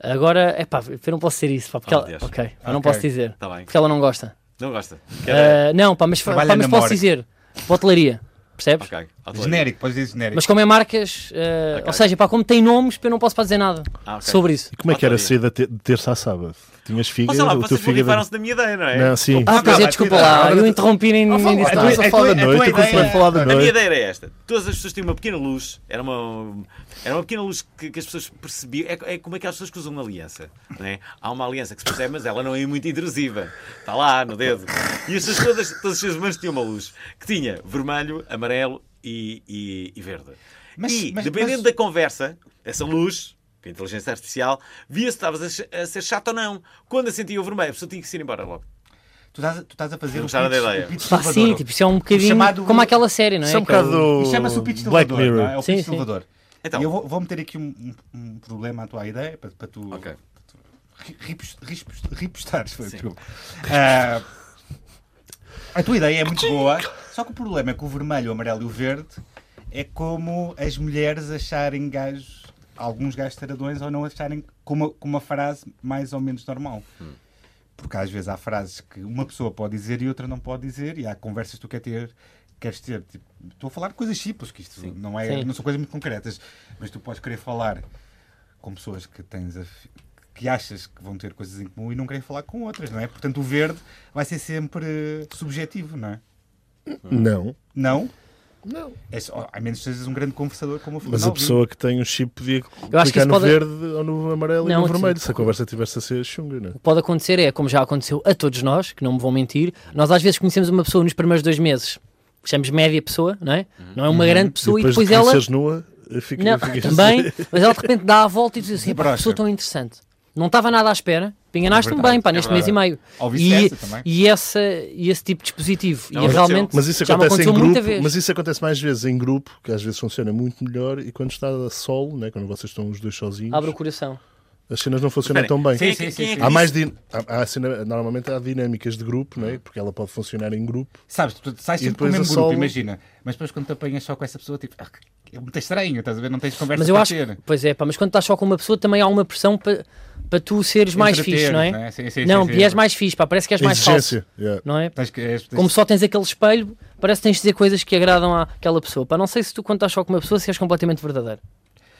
Agora, é pá, eu não posso ser isso, pá, porque Oh, ela. Deus. Ok, eu não Ok. posso dizer. Tá bem. Porque ela não gosta. Não gosta? Quer- Ah, não, pá, mas, pá, Trabalha mas na posso morgue. dizer. Hotelaria, percebes? Ok. autológico. Genérico, podes dizer genérico. Mas como é marcas, ah, Ok. ou seja, pá, como tem nomes, eu não posso pá, dizer nada Ah, ok. sobre isso. Como é que era Autoria. ser da te- de terça a sábado? Tinhas Ou sei fígado, lá, o teu vocês fígado. modificaram-se da minha ideia, não é? Não, sim. Ah, pois é, calma, desculpa cuidado. lá, eu interrompi nem, Oh, nem fala, disse Ah, a tu tua- nada. és a falar a da tua é noite, eu ideia- continuo a falar da A é? minha noite. ideia era esta: todas as pessoas tinham uma pequena luz, era uma, era uma pequena luz que, que as pessoas percebiam. É, é como aquelas pessoas que usam uma aliança. Não é? Há uma aliança que se percebe, mas ela não é muito intrusiva. Está lá no dedo. E as pessoas todas, todas as suas mãos tinham uma luz que tinha vermelho, amarelo e, e- e verde. Mas- e mas- dependendo mas- da conversa, essa luz. com a Inteligência artificial, via se estavas a, ch- a ser chato ou não. Quando acendia o vermelho, a pessoa tinha que se ir embora logo. Tu estás, a- tu estás a fazer Não um gostaram da pitch, ideia. um pitch Pá, sim, elevador. tipo, isso é um bocadinho chamado- como aquela série, não é? Isso é um Que é o- bocado Isto chama-se o pitch Black elevador, Mirror. não é? É o Sim, pitch sim. elevador. Então. E eu vou, vou meter aqui um, um- um problema à tua ideia para, para tu Ok. ri- ripos- rispos- ripostares. foi tu. Ah, a tua ideia é muito boa, só que o problema é que o vermelho, o amarelo e o verde é como as mulheres acharem gajos, alguns gajos taradões ou não acharem com uma, com uma frase mais ou menos normal. Porque às vezes há frases que uma pessoa pode dizer e outra não pode dizer, e há conversas que tu quer ter, queres ter. Tipo, estou a falar de coisas simples, que isto não, é, Sim. não são coisas muito concretas, mas tu podes querer falar com pessoas que tens a fi- que achas que vão ter coisas em comum e não querem falar com outras, não é? Portanto, o verde vai ser sempre eh, subjetivo, não é? Não. Não? Não. É só, a menos que sejas um grande conversador como o Mas Fernando a pessoa que tem um chip podia Eu acho clicar que isso no pode- verde ou no amarelo Não, é tipo e no sim. vermelho, se a conversa tivesse a ser chunga, não é? que pode acontecer é, como já aconteceu a todos nós, que não me vão mentir, nós às vezes conhecemos uma pessoa nos primeiros dois meses, que chamamos média pessoa, não é? Uhum. Não é uma grande pessoa e depois, de ela. conheceres nua, fica, Não, fica- também, mas ela de repente dá a volta e diz assim: "Pá, que Brocha. pessoa tão interessante. Não estava nada à espera, enganaste-me É verdade, bem, pá, é neste mês verdade. e meio. Ou E, vice-versa também. e, essa, e esse tipo de dispositivo. Não, e aconteceu. realmente Mas isso já me acontece aconteceu em muita grupo, vez. mas isso acontece mais vezes em grupo, que às vezes funciona muito melhor, e quando está a solo, né, quando vocês estão os dois sozinhos, Abre o coração. as cenas não funcionam Espera, tão bem. quem é Sim, que- sim, quem é sim, que Há disse- mais din- há- há cena- Normalmente há dinâmicas de grupo, não é? porque ela pode funcionar em grupo. Sabes, tu sais E sempre com o depois mesmo a grupo, solo. imagina. Mas depois quando te apanhas só com essa pessoa, tipo, ah, é muito estranho, estás a ver? Não tens conversa Mas eu para acho. ter. Pois é, pá, mas quando estás só com uma pessoa também há uma pressão para pa tu seres mais Entreter, fixe, não é? né? Sim, sim, não, sim, e sim. és mais fixe, pá, parece que és mais falso, Exigência. yeah. não é? Tens que, és- tens- Como só tens aquele espelho, parece que tens de dizer coisas que agradam àquela pessoa. Pá, não sei se tu, quando estás só com uma pessoa, se és completamente verdadeiro.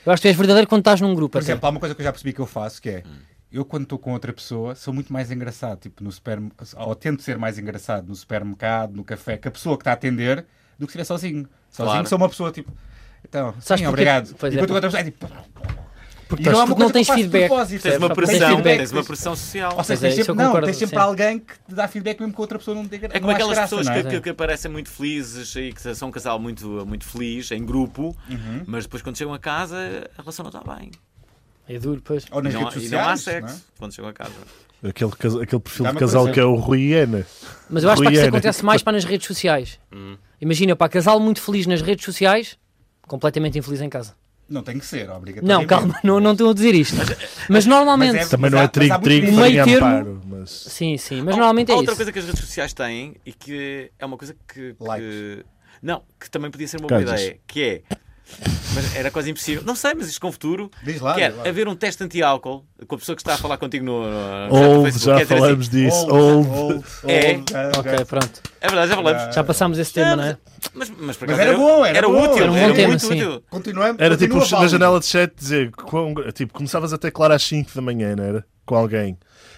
Eu acho que tu és verdadeiro quando estás num grupo. Por até. exemplo, há uma coisa que eu já percebi que eu faço que é. Hum. Eu, quando estou com outra pessoa, sou muito mais engraçado. Tipo, no super... Ou tento ser mais engraçado no supermercado, no café, com a pessoa que está a atender, do que se estiver sozinho. Sozinho Claro. sou uma pessoa, tipo... Então, Sabes sim, porquê? obrigado. Pois e é, quando pá. outra pessoa é tipo... Porque, estás- porque não tens feedback. Tens uma Tens pressão, feedback, tens uma tens- pressão social. Ou seja, Pois é, tens isso eu sempre, não, concordo, tens sempre sim. alguém que te dá feedback mesmo que outra pessoa não diga. É como aquelas pessoas que, não é? que- que aparecem muito felizes e que são um casal muito, muito feliz, em grupo, Uhum. mas depois quando chegam a casa a relação não está bem. É duro, pois. Ou nas não, redes e não há sociais. sexo não é? quando chegam a casa. Aquele, casa- aquele perfil de Dá-me casal prazer. que é o Rui e Ana. Mas eu acho Rui pá, que isso Ana. acontece mais para nas redes sociais. Hum. Imagina, para casal muito feliz nas redes sociais, completamente infeliz em casa. Não tem que ser, obrigatoriamente. é Não, calma, não, não estou a dizer isto. Mas normalmente. Mas é- Também não há- é trigo, há muito trigo, meio farinha Um termo. amparo. Mas... Sim, sim, mas normalmente Há é outra isso. coisa que as redes sociais têm e que é uma coisa que. que- Likes. Não, que também podia ser uma boa Coisas. ideia, que é. Mas era quase impossível. Não sei, mas isto com o futuro. Diz lá, que é diz lá. haver um teste anti-álcool com a pessoa que está a falar contigo no. no- no chat do Old, Facebook. Quer Oh, dizer já assim, falamos disso. Old, Old. old, É. old, já- já- Ok, pronto. É verdade, já falamos. Ah. Já passámos esse tema, não é? Mas, mas, por Mas acaso era bom, era bom. útil, Era era, um bom tema, muito sim. útil. Continuamos. Era tipo continua, um- na Paulo. janela de chat dizer. quão gra- tipo, começavas a teclar às 5 da manhã, não era? Com alguém.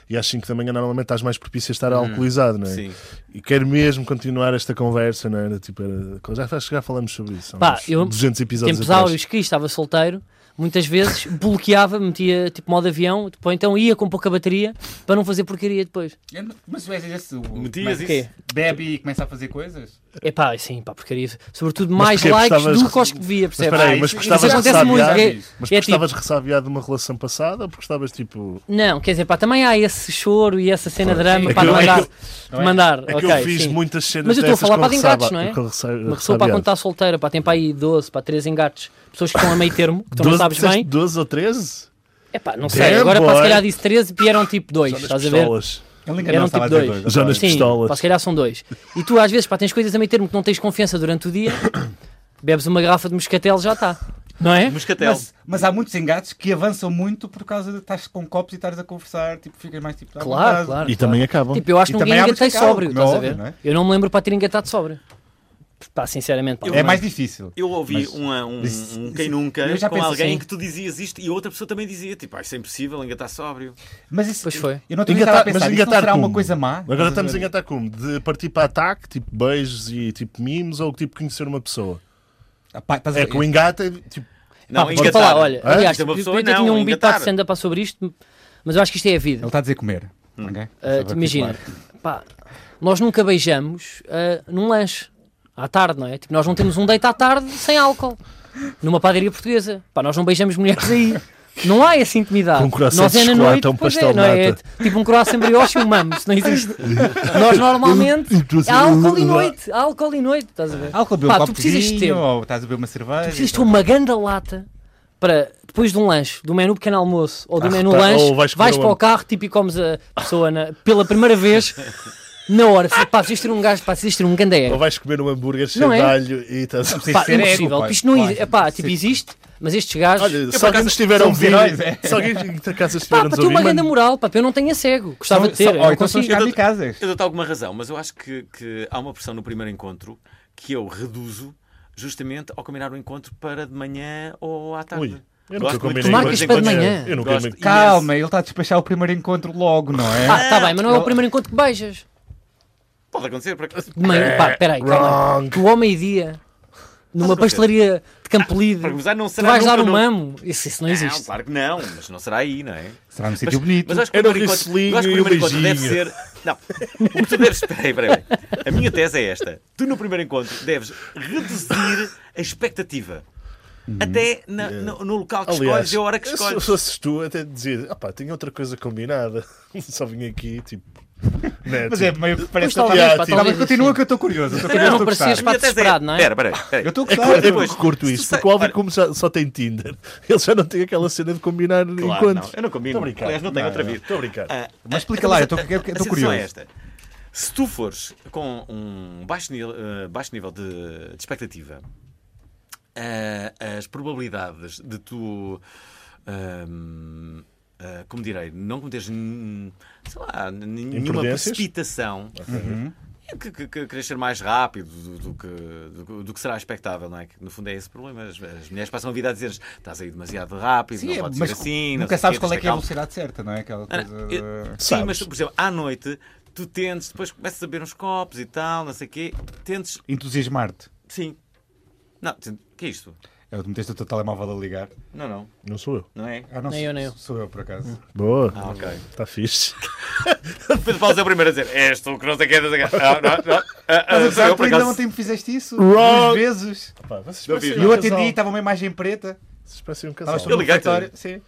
E às 5 da manhã normalmente estás mais propício a estar alcoolizado, não é? Sim. E quero mesmo continuar esta conversa, não era? Tipo, era... Já, faz- já falamos sobre isso. há Pá, uns eu- 200 episódios Tempos atrás. áureos que estava solteiro, muitas vezes bloqueava, metia tipo modo avião, depois então ia com pouca bateria para não fazer porcaria depois. Mas tu és esse. o- Metias mas- isso. quê? é? Bebe e começa a fazer coisas? É pá, sim, pá, porcaria. Sobretudo mais porquê? likes Gostavas- do que aos que devia, Mas percebes? espera aí, Ah, mas isso- gostavas isso de acontece muito, ressabiar? é- Mas é gostavas de ressabiar de uma relação passada ou porque gostavas tipo. Não, quer dizer, pá, também há esse choro e essa cena de drama É para que eu- é mandar. que Não é? mandar. É que ok, eu fiz sim. muitas cenas Mas eu estou a dessas falar com para de engates, ressaba- não é? com ressa- Uma pessoa para ressabiado. quando está solteira, pá, tem para aí 12, para 13 engates, pessoas que estão a meio termo, que tu 12, não sabes disseste bem. 12 ou 13? É pá, não sei, Damn, agora para se boy. calhar disse 13, vieram tipo 2, Só nas estás a ver? pistolas. Ele Eram enganou-se, estava a tipo dizer dois. dois, Já ok. nas Sim, pistolas. pá, se calhar são dois. E tu às vezes pá, tens coisas a meio termo que não tens confiança durante o dia, bebes uma garrafa de moscatel já está, não é? Moscatel. Mas, mas há muitos engates que avançam muito por causa de estás com copos e estás a conversar, tipo, ficas mais tipo. à Claro, vontade. claro. E também é acabam. Tipo, eu acho E que também ninguém há engatei moscatel, sóbrio, como é estás a óbvio, ver? não é? Eu não me lembro para ter engatado sóbrio. Pá, sinceramente, pá, Eu- não É me mais difícil. Eu ouvi Mas- uma- um, Isso- um isso- quem nunca eu já com penso alguém assim. que tu dizias isto e a outra pessoa também dizia, tipo, ah, isso é impossível, ainda está sóbrio. Mas isso. Pois foi. Eu não tenho Engatar- engatar, a pensar, mas mas engatar será uma como? coisa má. Agora estamos a engatar como? De partir para ataque, tipo beijos e tipo mimos, ou tipo conhecer uma pessoa? Ah, pá, estás a- É que o engate é tipo. Não, Pá, engatar. vou falar, olha, Hã? aliás, Isto é uma eu, pessoa, eu até não, tinha um beat engatar. para stand up sobre isto, mas eu acho que isto é a vida. Ele está a dizer comer. Hum. ok? Ah, é Só para imagina, recapitular. pá, nós nunca beijamos ah, num lanche, à tarde, não é? Tipo, nós não temos um date à tarde sem álcool, numa padaria portuguesa. Pá, nós não beijamos mulheres aí. Não há essa intimidade. Com um croissant nós é de na chocolate noite, ou um pois pastel é, de não é? nata. É Tipo um croissant brioche e um mamo, isso não existe. Nós normalmente, há álcool e noite, há álcool e noite, estás a ver? Álcool bebeu Pá, um tu precisas de copo de tempo. vinho, ou estás a beber uma cerveja. então. Tu precisas de uma ganda lata para, depois de um lanche, do menu pequeno almoço ou do Ah, menu repara- lanche, ou vais, vais comer para o onde? carro tipo, e comes a pessoa na- pela primeira vez na hora. Pá, precisas ter um gajo, pá, precisas ter um ganda Ou ego. vais comer um hambúrguer cheio Não é? de alho e estás. Não precisa Pá, ser ego, impossível. pá. Isto não Claro. existe. Pá, tipo, Sim. existe, mas estes gajos... Olha, se por alguém acaso nos estiver a somos ouvir. heróis, é. Se alguém da casa estiver a Pá, nos para ter uma ouvir. ganda mano, moral, pá, para eu não tenho esse ego. Gostava São- de ter. são- eu oh, não então são consigo. Eu dou- kamikazes. Eu dou-te alguma razão, mas eu acho que, que há uma pressão no primeiro encontro que eu reduzo justamente ao combinar o encontro para de manha ou à tarde. Ui, eu nunca Gosto muito combinei de Tu marcas encontros para de enquanto- manhã. Eu nunca Gosto. combinei- Calma, ele está a despachar o primeiro encontro logo, não é? Ah, tá bem, mas não é o Eu- primeiro encontro que beijas. Pode acontecer, por acaso. Mãe, pá, peraí, calma. Wrong. Tu ao meio-dia, numa pastelaria de Campolide, Para começar, não tu será vais nunca dar um no- mamo. Isso, isso não Não, existe. claro que não, mas não será aí, não é? Será num sítio bonito. Mas acho que o Era o primeiro encontro, Ricelinho eu acho que e o o primeiro encontro deve beijinho. ser. Não, o que tu deves. Peraí, peraí. peraí. A minha tese é esta. Tu, no primeiro encontro, deves reduzir a expectativa. Até na- no, no local que Aliás, escolhes e a hora que se eu escolhes. fosses tu, até dizia: ah pá, tenho outra coisa combinada. Só vim aqui, tipo, Né, Mas é tipo, meio parece que talvez, tá- pá, Não, mas talvez continua assim. que eu estou curioso. Eu estou Não, curioso, estou a parecia gostar. espaço desesperado, não é? Espera, espera. espera. Eu estou a É gostar. claro, eu- eu curto se isso, tu porque o Alvin, sai- como já só tem Tinder, ele já não tem aquela cena de combinar Claro, encontros. não, eu não combino. Estou a brincar. Aliás, não tenho outra vida. Estou a brincar. Ah, Mas explica então, lá, mas eu estou- a- eu- eu a estou situação curioso. é esta. Se tu fores com um baixo, ni- eh, baixo nível de, de expectativa, eh, as probabilidades de tu. ahm, eh, como direi, não cometeres nen- sei lá, nen- nenhuma Imprudências? precipitação Uhum. é que, que, que queres ser mais rápido do, do que, do, que- do que será expectável, não é? Que no fundo é esse o problema. As, as mulheres passam a vida a dizer estás aí demasiado rápido, Sim, não é, pode mas ser assim. não sei nunca o sabes quê, qual é tens que é a calma." velocidade certa, não é? Aquela Ah, coisa. eu- de- Sim, mas Sabes. por exemplo, à noite tu tentes, depois começas a beber uns copos e tal, não sei o quê, tentes, Entusiasmar-te. sim. Não, tente- que é isto? É o que meteste o teu telemóvel a ligar. Não, não, Não sou eu. não é? Ah, não, Nem sou- eu, nem eu. Sou eu, por acaso. Boa. Ah, ok. Está fixe. Depois falas a primeira a dizer, és tu que não sei o quê, não sei o quê. Ah, não, não. Ah, ah, Mas sou eu, apesar por que ainda acaso. ontem me fizeste isso. Wrong. Duas vezes. Pá, vocês Não parecem vi, não. E um eu casal. atendi e estava uma imagem preta. Vocês parecem um Estava casal. sobre Eu um liguei-te. refeitório. Sim.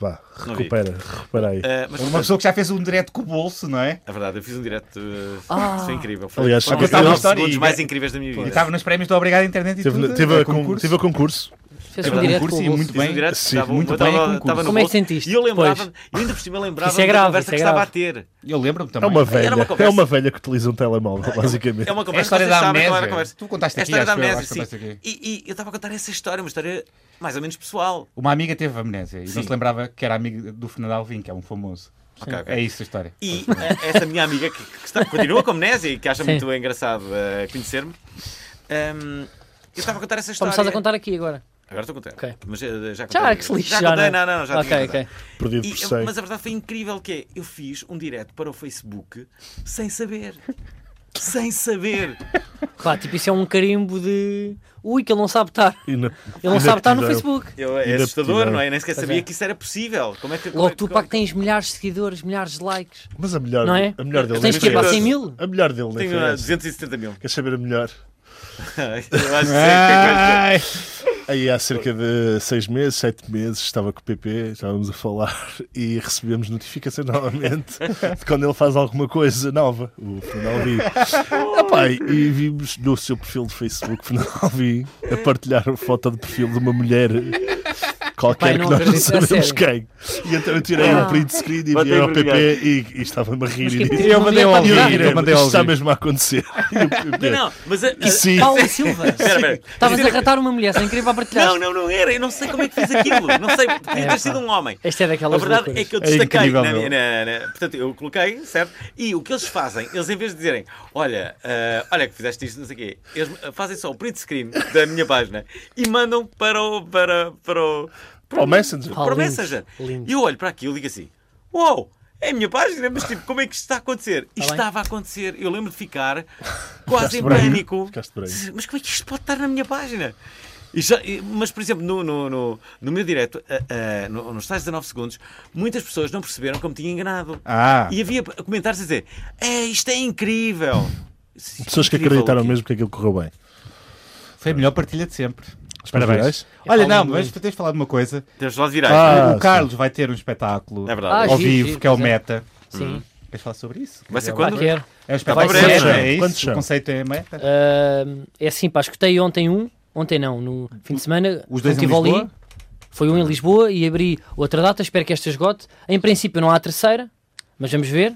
Vá, Não vi. recupera, recupera aí. Ah, mas, Uma pessoa que já fez um direto com o bolso, não é? a verdade, eu fiz um direto, eh, Ah. foi incrível. Foi, Aliás, foi um só dos contava uma 9 história segundos e- mais incríveis da minha E vida. estava nos prémios do Obrigado à Internet e Teve, tudo. teve, é a con- concurso. teve a concurso. Fez É um verdade. direto Concurso com e o bolso. muito Fiz um bem. direto, Sim, estava, muito estava- bem em concurso. estava no Como é que bolso sentiste E eu lembrava, depois? eu ainda por cima lembrava Isso é da grave, conversa isso que é estava a grave. ter. Eu lembro-me É também. uma velha. É conversa. uma velha que utiliza um telemóvel, basicamente. É uma É a conversa história que vocês da sabem qual era a amnésia. conversa. Tu contaste É a aqui, história da acho eu, amnésia, acho que sim. contaste aqui. E, e eu estava a contar essa história, uma história mais ou menos pessoal. Uma amiga teve amnésia e não Sim. se lembrava que era amiga do Fernando Alvim, que é um famoso. Ok, ok. É isso a história. E eh, essa minha amiga que, que está- continua com amnésia e que acha Sim. muito engraçado eh, conhecer-me, ehm, eu estava a contar essa história. Começaste a contar aqui agora. Agora estou a contar. Ok. Mas eh, já contei. Já, que se lixe. Já contei, né? não, não, já Ok, tinha ok. contado. Perdido E por eu- 100. mas a verdade foi incrível que é, eu fiz um direto para o Facebook sem saber. sem saber. Claro, tipo, isso é um carimbo de. Ui, que ele não sabe estar. E na- Ele não sabe estar no inaptidão. Facebook. Eu, é Ainda assustador, pior. não é? Eu Nem sequer Pois sabia é. que isso era possível. Como é que, como é Logo que- tu, pá, que tens milhares de seguidores, milhares de likes. Mas a melhor, Não é? a melhor dele Tens nem que ir para foi 100 essa. mil? A melhor dele nem Tenho é foi eh, essa. 270 mil. Quer saber a melhor? Eu acho que sei que é coisa. Ai! Aí há cerca de seis meses, sete meses, estava com o PP, estávamos a falar e recebemos notificação novamente de quando ele faz alguma coisa nova, o Fernando Alvim. Epá, e vimos no seu perfil de Facebook, Fernando Alvim, a partilhar a foto de perfil de uma mulher Pai, qualquer não que nós não acredito, é sabemos quem. E então eu tirei Ah. um print screen e Mandei enviei ao PP mergulhar. e, e estava-me a rir Mas e que- tipo disse. Eu Não mandei ia ao para Alvim, tirar. eu Irene, mandei isto ao está Alvim. mesmo a acontecer. E o PP, Não, não, mas a- a- Sim. eh, Paulo Silva, Espera, espera. estavas a ratar uma mulher sem querer para partilhar. Não, não, não era. Eu não sei como é que fiz aquilo. Não sei. Podia ter sido um homem. Esta é A daquelas verdade loucuras. é que eu É destaquei. incrível, na meu. minha- na- na- portanto, eu coloquei, certo? E o que eles fazem, eles em vez de dizerem, olha, ah, olha que fizeste isto, não sei o quê, eles fazem só o print screen da minha página e mandam para o. para, para o. Para o Messenger. Paulo, para o lindo, Messenger. lindo. E eu olho para aquilo e digo assim: Uou! É a minha página, mas tipo, como é que isto está a acontecer? E Tá bem. estava a acontecer. Eu lembro de ficar quase em branco. pânico. Ficaste branco. Mas como é que isto pode estar na minha página? E já- e- mas, por exemplo, no, no, no, no meu direto, ah, ah, no- nos tais 19 segundos, muitas pessoas não perceberam como tinha enganado. Ah! E havia p- comentários a dizer: É, isto é incrível! Sim, Pessoas que incrível acreditaram o quê? mesmo que aquilo correu bem. Foi a melhor partilha de sempre. virais? Olha, É, não, Paulo, mas muito. tens falado de uma coisa. Temos lá de virais. Ah, o sim. Carlos vai ter um espetáculo É verdade. Ah, ao giro, vivo, giro, que é o pois é. Meta. Sim. Queres falar sobre isso? Vai ser É, Hum. quando? Ah, quero. É um espetáculo Vai ser. Meta, Quantos é são? Quantos isso? são? O conceito é Meta. Ahm, é assim, pá, escutei ontem um, ontem não, no fim de semana, Os dois no em Tivoli. Lisboa? Foi Uhum. um em Lisboa e abri outra data, espero que esta esgote. Em princípio não há a terceira, mas vamos ver.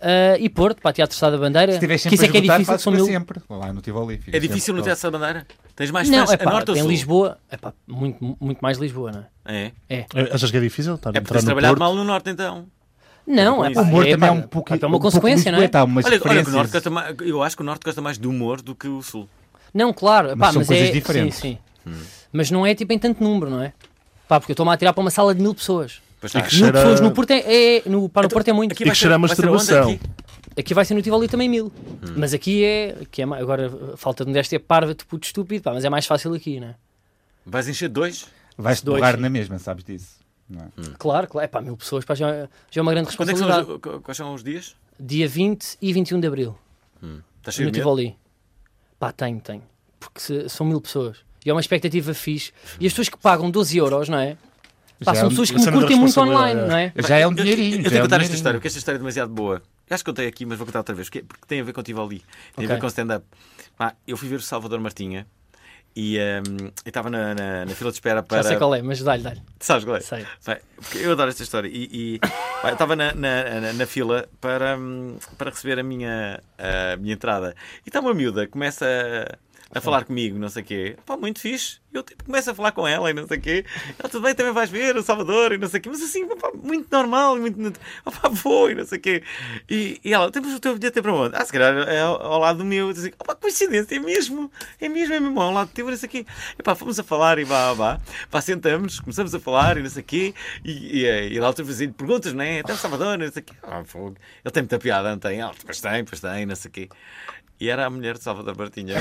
Ah, e Porto, pá, Teatro Estado da Bandeira. Uhum. Se tiver que sempre isso é que é difícil, fazes são para mil... sempre. Lá no Tivoli. fica É difícil sempre. no Teatro da Bandeira? Tens mais Não, fãs é a pá, norte ou tem sul? Lisboa, é pá, muito, muito mais Lisboa, não é? É. Achas que é difícil estar a É porque entrar tens no trabalhado Porto? mal no Norte, então. Não, é O pá, O humor é, também é pá, um pouco. pá, é uma um consequência, não é? Olha, pouco lisboeta, há umas olha que o Norte diferenças. gosta mais, eu acho que o Norte gosta mais do humor do que o Sul. Não, claro, pá, Mas são mas coisas é... diferentes. Sim, sim. Mas não é tipo em tanto número, não é? Pá, porque eu estou-me a atirar para uma sala de mil pessoas. Pois está. E que Mil Será- pessoas no Porto é, é- no, pá, no Ah, Porto é muito. Então, Aqui E que cheira a vai ser onde masturbação. aqui? Aqui vai ser no Tivoli também mil. Mas aqui é. Aqui é ma- agora, a falta de modéstia é parva, de puto estúpido, pá, mas é mais fácil aqui, né? Vais encher dois? Vais Dois. borrar na mesma, sabes disso. não é? Claro, claro. É pá, mil pessoas, pá, já, já é uma grande Quando é que são responsabilidade. os, qu- quais são os dias? Dia 20 e 21 de abril, Estás cheio no de medo? Tivoli. Pá, tenho, tenho. Porque se- são mil pessoas. E é uma expectativa fixe. E as pessoas que pagam 12 euros, não é? Pá, Já são é um- pessoas que isso me é uma curtem muito responsabilidade, online, é. não é? Já é um Eu- eu- dinheirinho. Eu já tenho que é um contar esta dinheirinho. história, porque esta história é demasiado boa. Acho que contei aqui, mas vou contar outra vez, porque, é- porque tem a ver com o Tivoli, tem a Ok. ver com stand-up. Pá, eu fui ver o Salvador Martinha e hum, eu estava na, na- na fila de espera para. Já sei qual é, mas dá-lhe, dá-lhe. Sabes qual é? Sei. Bem, porque eu adoro esta história. E, e, pá, eu estava na, na, na- na fila para, hum, para receber a minha, a minha entrada. E está uma miúda, começa a, a falar comigo, não sei o quê. Pá, muito fixe. Eu tipo, começo a falar com ela e não sei o quê. Ela, tudo bem, também vais ver o Salvador e não sei o quê. Mas assim, pá, muito normal. e Muito... nat- Ah, pá, vou e não sei o quê. E, e ela, temos o teu bilhete é para onde? Ah, se calhar é ao, ao lado do meu. Eu disse, "Ah, pá, coincidência, é mesmo. É mesmo, é mesmo. Ao lado teu, não sei o quê. E pá, fomos a falar e vá, vá. Pá, sentamos, começamos a falar e não sei o quê. E, e, eh, e da altura fazia perguntas, não é? Até o Salvador, não sei o quê. Ah, fogo. Ele tem muita piada, não tem? Ela, pois tem, pois tem, não sei o quê. E era a mulher de Salvador Martinha.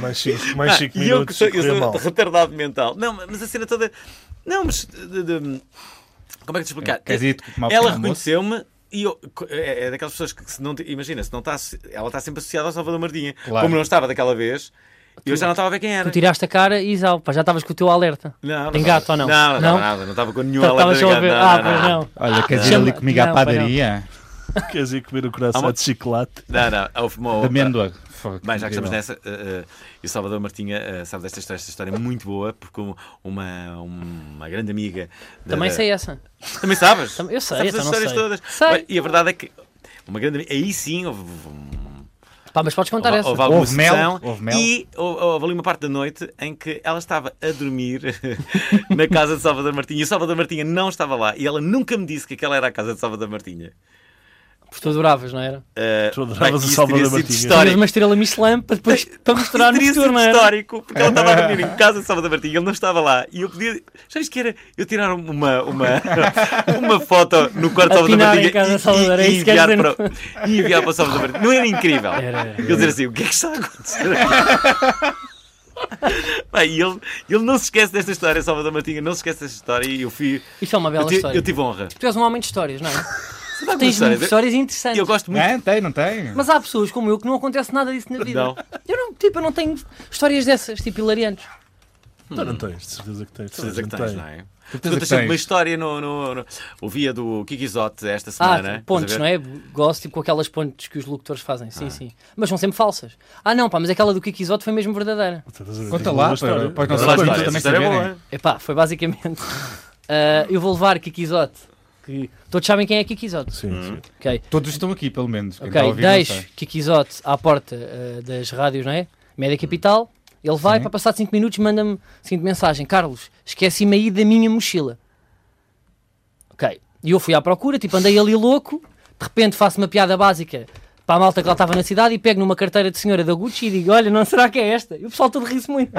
Mais 5 mais cinco e eu que minutos sou, e eu correr sou mal. retardado mental. Não, mas a cena toda. Não, mas. de- de- como é que te explicar? Queres ir tomar ela um pequeno almoço? reconheceu-me. E eu, co- é, é daquelas pessoas que, se não, te- imagina, se não está, associ- ela está sempre associada ao Salvador Martinha. Claro. Como não estava daquela vez, eu já não estava a ver quem era. Tu tiraste a cara e zau, pá, já estavas com o teu alerta. Não, não Tem estava- gato ou não? Não, não Não? Então estava nada, não tá estava com nenhum Estavas só a alerta de ver. gato, Ah, pois não. Olha, queres ir Não, ali comigo à não, pois não. padaria? Queres ir comer o Há uma- coração de chocolate? Não, não, houve uma Da outra. Mendoa. Bem, já que estamos nessa, eh, eh, e o Salvador Martinha eh, sabe desta história, esta história é muito boa, porque um- uma, uma grande amiga. da- Também da- sei essa. Também sabes? Tam- eu sei, sabes então as não histórias sei. todas. Sei. Bem, E a verdade é que uma grande amiga. Aí sim houve, houve- Pá, mas podes contar houve- essa. houve alguma Houve mel, sessão houve mel. e houve, houve ali uma parte da noite em que ela estava a dormir na casa de Salvador Martinha e o Salvador Martinha não estava lá e ela nunca me disse que aquela era a casa de Salvador Martinha. Porque tu adoravas, não era? Uh, Tu adoravas bem, o isso Salvador teria sido Martinha. Tinhas histórico. uma estrela Michelin para depois para mostrar Isso no teria futuro, sido não era? histórico, porque ela estava a dormir em casa de Salvador Martinha, ele não estava lá. E eu podia. Sabes que era eu tirar uma, uma, uma foto no quarto de Salvador Apinar em Martinha casa de e- Salvador, e, é e, isso que enviar quer dizer. para, o- e enviar para o Salvador Martinha. Não era incrível? Era, era. Eu dizer assim: o que é que está a acontecer? Pá, e ele, ele não se esquece desta história, Salvador Martinha não se esquece desta história. E eu fui. Isto é uma bela Eu, ti- história. eu tive honra. Tu és um homem de histórias, não é? Sabe algumas Tens histórias? histórias, histórias Eu- interessantes. Eu gosto muito. Não, tem, não tem. Mas há pessoas como eu que não acontece nada disso na vida. Não. Eu não, tipo, eu não tenho histórias dessas, tipo hilariantes. Não, não tens, de certeza que tens. de Certeza que não tens, tem. não é? Tu Certeza que tens assim, sempre tens. uma história no, no, no... Ouvia do Kikizote esta Ah, semana. pontes, estás a não ver? Ah. é? Gosto tipo com aquelas pontes que os locutores fazem, sim, sim. Mas são sempre falsas. Ah, não, pá, mas aquela do Kikizote foi mesmo verdadeira. Certeza que Conta tens lá, uma para- história. para os Mas nossos lá ouvintes está, essa também história é boa, saberem. hein? Epá, foi basicamente. ah, eu vou levar Kikizote. Que... Todos sabem quem é Kikizote. Sim, sim. Ok, Todos estão aqui, pelo menos. Quem está a ok. ouvir, não Deixo sei. Kikizote à porta ah, das rádios, não é? Média Capital. Ele vai, Sim. para passar 5 minutos, manda-me a seguinte mensagem: Carlos, esqueci-me aí da minha mochila. Ok. E eu fui à procura, tipo, andei ali louco, de repente faço uma piada básica para a malta que lá estava na cidade e pego numa carteira de senhora da Gucci e digo: Olha, não será que é esta? E o pessoal todo ri-se muito.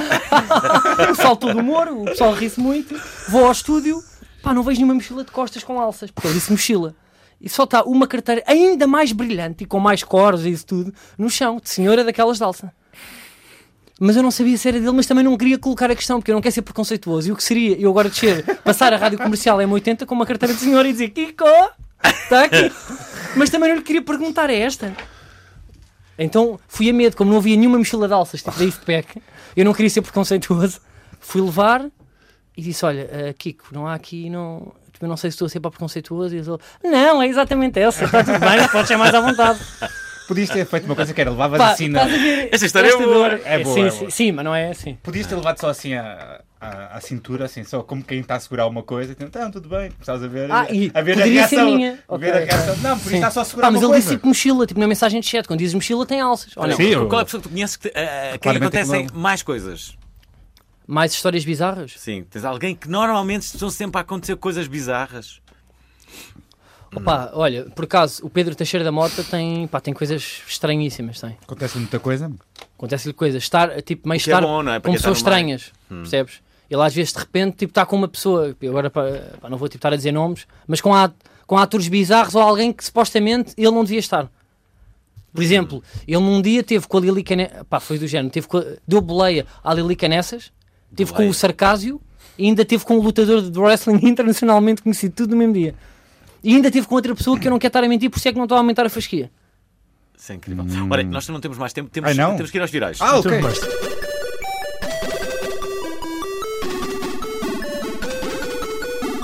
o pessoal todo humor, o pessoal ri-se muito. Vou ao estúdio, pá, não vejo nenhuma mochila de costas com alças, porque eu disse mochila. E só está uma carteira ainda mais brilhante e com mais cores e isso tudo no chão, de senhora daquelas de alça. Mas eu não sabia se era dele, mas também não queria colocar a questão, porque eu não quero ser preconceituoso. E o que seria eu agora descer, passar a rádio comercial M80 com uma carteira de senhora e dizer Kiko, está aqui. Mas também não lhe queria perguntar, é esta? Então fui a medo, como não havia nenhuma mochila de alças, tipo da IFPEC, eu não queria ser preconceituoso. Fui levar e disse: Olha, eh, Kiko, não há aqui, não. tipo, Eu não sei se estou a ser para preconceituoso. E ele Não, é exatamente essa, está tudo bem, pode ser mais à vontade. Podias ter feito uma coisa que era assim levar Pá, vacina. estás a ver Esta história é esta boa. dor? É boa, sim, é sim, boa. sim, mas não é assim. Podias ter levado só assim à, à, à cintura, assim, só como quem está a segurar uma coisa, então, "Tá, tudo bem, estás a ver, Ah, e a ver a poderia ser reação. minha. a Ok, ver a ok. reação. Não, por isso Sim. está só a segurar Pá, mas uma ele coisa. disse tipo mochila, tipo na mensagem de chat, quando dizes mochila tem alças. Ou não? Sim, eu- Qual é a pessoa que tu conheces que, te- a- a quem Claramente é que acontecem mais coisas? Mais histórias bizarras? Sim, tens alguém que normalmente estão sempre a acontecer coisas bizarras. Hum. Opa, olha, por acaso, o Pedro Teixeira da Mota tem, pá, tem coisas estranhíssimas, tem. Acontece muita coisa. Acontece-lhe coisas, estar, tipo, meio que é estar bom, não é? Para com quem pessoas está no meio. Hum. estranhas, percebes? Ele às vezes, de repente, tipo, está com uma pessoa, eu agora pá, pá, não vou tipo, estar a dizer nomes, mas com, a- com atores bizarros ou alguém que supostamente ele não devia estar. Hum. Por exemplo, ele num dia teve com a Lili Canessas, pá, foi do género, teve com a- deu boleia à Lili Canessas, teve com Boleia. o Sarcásio e ainda teve com um lutador de wrestling internacionalmente conhecido, tudo no mesmo dia. E ainda teve com outra pessoa que eu não quero estar a mentir, por isso é que não estou a aumentar a fasquia. Isso é incrível. Olha, nós não temos mais tempo, temos, Hum. Ai, não? temos que ir aos virais. Ah, ok. Então, mas-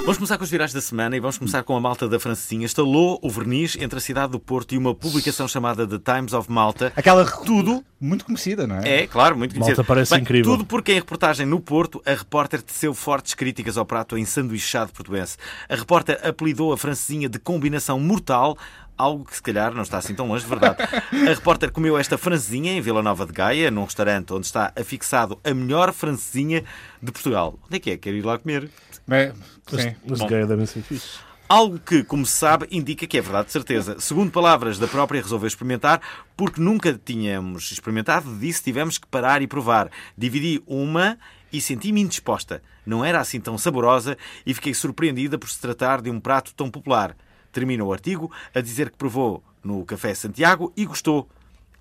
Vamos começar com os virais da semana e vamos começar com a malta da Francesinha. Estalou o verniz entre a cidade do Porto e uma publicação chamada The Times of Malta. Aquela Tudo muito conhecida, não é? é, claro, muito Malta conhecido. parece Bem, incrível. Tudo porque em reportagem no Porto, a repórter teceu fortes críticas ao prato ensanduichado portuense. A repórter apelidou a francesinha de combinação mortal, algo que se calhar não está assim tão longe de verdade. A repórter comeu esta francesinha em Vila Nova de Gaia, num restaurante onde está afixado a melhor francesinha de Portugal. Onde é que é? Quero ir lá comer. Bem, sim. Mas Bom. de gaia devem ser fixe. Algo que, como se sabe, indica que é verdade de certeza. Segundo palavras da própria, resolveu experimentar, porque nunca tínhamos experimentado, disse tivemos que parar e provar. Dividi uma e senti-me indisposta. Não era assim tão saborosa e fiquei surpreendida por se tratar de um prato tão popular. Termina o artigo a dizer que provou no Café Santiago e gostou.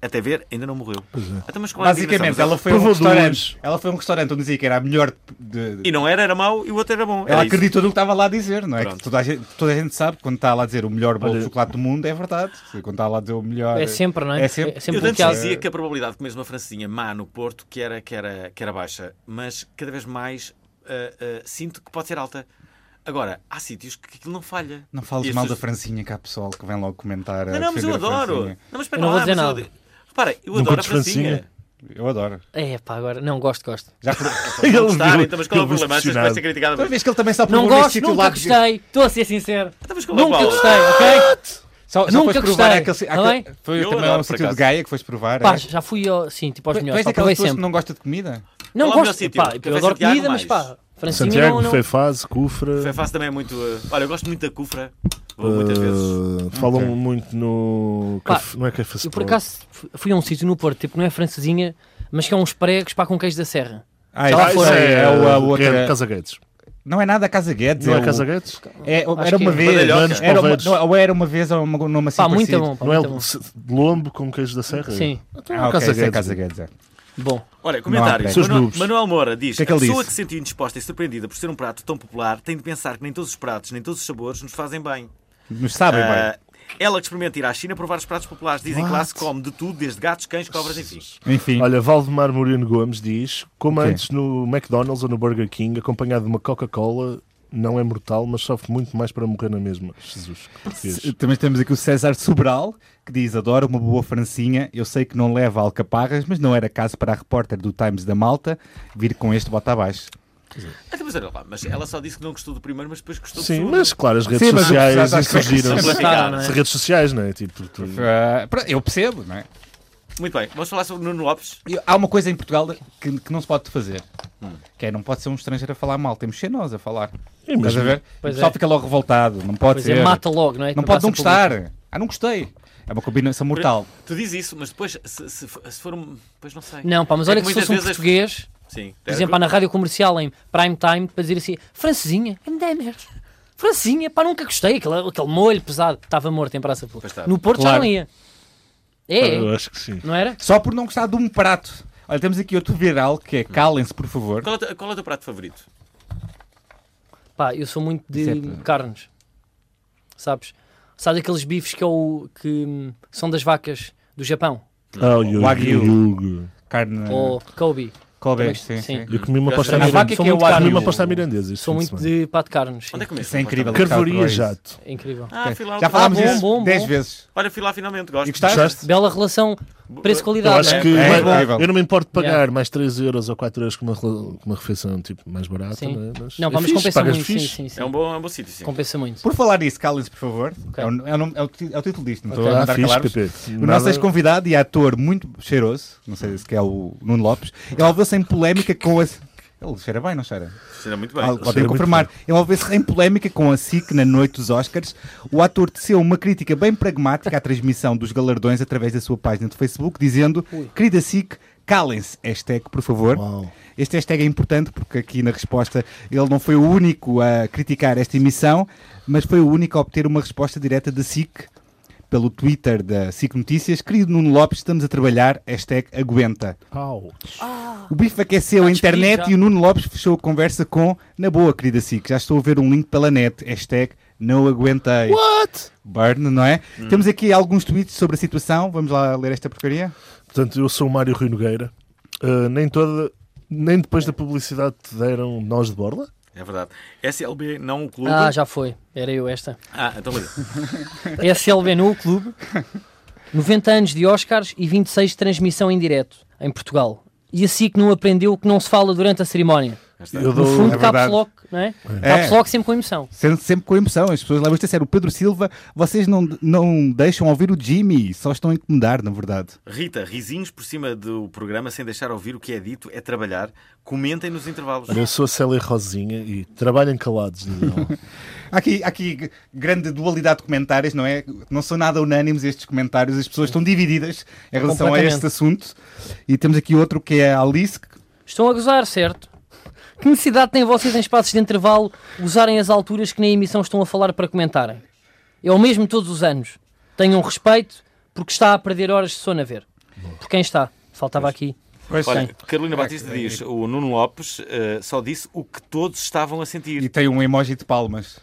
Até ver, ainda não morreu. Então, mas qual é a Basicamente, indignação? ela foi, a um Provou duas. restaurante, ela foi a um restaurante onde dizia que era a melhor de- de- um- E não era, era mau e o outro era bom. Ela Era isso. acreditou no que estava lá a dizer, não é? Pronto. Que toda, a gente, toda a gente sabe que quando está lá a dizer o melhor bolo de chocolate do mundo, é verdade. Quando está lá a dizer o melhor. É sempre, não é? É sempre. É Eu sempre de antes bloqueado. dizia que a probabilidade de comeres uma francesinha má no Porto que era, que era, que era baixa, mas cada vez mais ah, ah, sinto que pode ser alta. Agora, há sítios que aquilo não falha. Não fales E as mal pessoas- da Francinha, que há pessoal que vem logo comentar. a Não, não, mas eu defender a adoro. Não, Francinha. mas espera Eu não vou lá, dizer mas eu nada. adoro- Repara, eu Não adoro a curtes francinha. francinha? Eu adoro. É pá, agora. Não, gosto, gosto. Já por... Ele Não gostar, viu- então, mas qual é o ele viu-se problema? Achas que vai pressionado. ser criticada? Toda vez que ele também só Não provou nesse gosto, sítio nunca lá que- gostei. Estou a ser sincero. Então, mas qual é o Nunca Paulo? gostei, ok? Só, só Nunca foste provar gostei, aquele- tá aquele- bem? Foi Eu também adoro, um por sítio de acaso. Gaia que foste provar. Pá, é? já fui, ao, sim, tipo aos Tu melhores. és Pá, daquelas provei pessoas que sempre. não gosta de comida? Não, Qual é o melhor gosto. sítio? Pá, Café eu adoro Santiago comida, mas mais? pá. Francinha Santiago, não. não... Fefaz, Cufra. Foi fácil também é muito. ah, Olha, eu gosto muito da Cufra. Vou muitas Uh, Ah, vezes. Falam Ok. muito no. Pá, caf- Não é café Eu por acaso fu- fui a um sítio no Porto, tipo, não é francesinha, mas que é uns pregos pá, com queijo da serra. Ah, Já lá esse foram. é, é o a outro. outra. Casa Guedes. Não é nada a Casa Guedes. Não é é o- Casa Guedes? É, que era uma é. vez. Badalhoca. Era uma, Palveiros. não, ou era uma vez ou uma, num nome assim Pá, muito parecido. bom, pá, Não é muito o bom. se- lombo com queijo da serra? Sim, Então é Ah, o ok, Casa esse é Guedes. Casa Guedes. é. bom. Olha, comentários. Não há Manuel, prémios. Manuel Moura diz: que é que a ele pessoa disse? que se sentiu indisposta e surpreendida por ser um prato tão popular tem de pensar que nem todos os pratos, nem todos os sabores nos fazem bem. Nos sabem Ah, ela que experimenta ir à China provar os pratos populares. Dizem que lá se come de tudo, desde gatos, cães, cobras, enfim. bem. Enfim. Olha, Valdemar Moreno Gomes diz: como Ok. antes no McDonald's ou no Burger King, acompanhado de uma Coca-Cola, não é mortal, mas sofre muito mais para morrer na mesma. Jesus, que português. Se- Também temos aqui o César Sobral, que diz: Adoro uma boa francinha. Eu sei que não leva alcaparras, mas não era caso para a repórter do Times da Malta vir com este bota abaixo. Ah, mas, olha lá, mas ela só disse que não gostou do primeiro, mas depois gostou do Sim, segundo. mas claro, as redes Sim, mas o tá sociais César- insurgiram-se. Gostaram, não As é? redes sociais, não é? Tipo, tu- Ah, pronto, eu percebo, não é? Muito bem, vamos falar sobre o Nuno Lopes. Eu- Há uma coisa em Portugal que, que não se pode fazer. Que é, não pode ser um estrangeiro a falar mal, temos que ser nós a falar. Estás a ver? Pois o pessoal é. fica logo revoltado, não pode Pois ser. é, mata logo, não é? Não Passa pode não pelo- gostar. Ah, não gostei. É uma combinação mortal. Tu dizes isso, mas depois, se, se, se for um. Pois não sei. Não, pá, mas É olha que que se muitas fosse um vezes as- português, Sim. por exemplo, pá, na rádio comercial em prime time, para dizer assim: francesinha, ainda é merda. Francesinha, pá, nunca gostei. Aquele, aquele molho pesado, estava morto em praça Pois pública. estava. No Porto já Claro. não ia. É, Ah, Eu acho que sim. não era? Só por não gostar de um prato. Olha, temos aqui outro viral que é calem-se, por favor. Qual é, o teu- qual é o teu prato favorito? Pá, eu sou muito de Isso é pá. carnes. Sabes? Sabes aqueles bifes que, é o, que hum, são das vacas do Japão? Ah, Wagyu. o Wagyu. Carne. Ou Kobe? Kobe, Oh, Também- sim, sim. sim. Eu comi uma Eu pasta acho que- A vaca mirandesa. é que é Sou muito o caro. Comi alho. uma pasta mirandesa. este Sou fim de muito semana. de pato de carnes. sim. Onde é que comeste? Isso é incrível. Carvoria Carvois. Jato. É incrível. Ah, fui lá. Já falámos bom, disso bom, 10 bom. vezes. Olha, fui lá finalmente, gosto. E gostaste? Gostaste? Bela relação Eu preço-qualidade. acho não é? que É, mas- é incrível. eu não me importo de pagar Yeah. mais 3 euros ou 4 euros com uma, rela- com uma refeição tipo, mais barata. Sim. Não, é? Mas Não, é vamos fixe, compensar pagas muito. Sim, fixe. sim, sim. É um bom, é um bom sítio, sim. Compensa muito. Por falar nisso, calem-se, por favor. Ok. É, o, é o nome- é o ti- é o título disto, não estou a Ah, mandar fixe, calar-vos. Pepe. O nosso é ex-convidado e ator muito cheiroso, não sei se que é o Nuno Lopes, envolveu-se em polémica com a. Ele cheira bem, não cheira? Será muito bem. Ah, cheira Podem muito confirmar. Envolveu-se em polémica com a SIC na noite dos Oscars. O ator teceu uma crítica bem pragmática à transmissão dos galardões através da sua página de Facebook, dizendo: Querida SIC, calem-se. Hashtag, por favor. Uau. Este hashtag é importante porque aqui na resposta ele não foi o único a criticar esta emissão, mas foi o único a obter uma resposta direta da SIC pelo Twitter da SIC Notícias. Querido Nuno Lopes, estamos a trabalhar. Hashtag aguenta. Au. O bife aqueceu a despedido internet já. e o Nuno Lopes fechou a conversa com Na boa, querida SIC, já estou a ver um link pela net. Hashtag não aguentei. What? Burn, não é? Temos aqui alguns tweets sobre a situação. Vamos lá ler esta porcaria? Portanto, eu sou o Mário Rui Nogueira. Uh, nem toda. Nem depois da publicidade te deram nós de borla? É verdade. SLB não o clube. Ah, já foi. Era eu esta. Ah, então liga. SLB no clube. 90 anos de Oscars e 26 de transmissão em direto em Portugal. E assim que não aprendeu o que não se fala durante a cerimónia. Já está. Eu No dou, fundo, é caps verdade. lock, não é? É. Caps lock sempre com emoção. Sendo sempre com emoção, as pessoas levam isto a sério. O Pedro Silva, vocês não, não deixam ouvir o Jimmy, só estão a incomodar, na verdade. Rita, risinhos por cima do programa sem deixar ouvir o que é dito, é trabalhar. Comentem nos intervalos. eu sou a Célia Rosinha e trabalhem calados. Não. Há aqui, há aqui g- grande dualidade de comentários, não é? Não são nada unânimes estes comentários, as pessoas estão divididas em relação a Completamente. este assunto. E temos aqui outro que é a Alice. que- Estão a gozar, certo? Que necessidade têm vocês em espaços de intervalo usarem as alturas que na emissão estão a falar para comentarem? É o mesmo todos os anos. Tenham respeito porque está a perder horas de sono a ver. Por quem está? Faltava aqui. Olha, Carolina Batista diz: o Nuno Lopes eh, só disse o que todos estavam a sentir. E tem um emoji de palmas.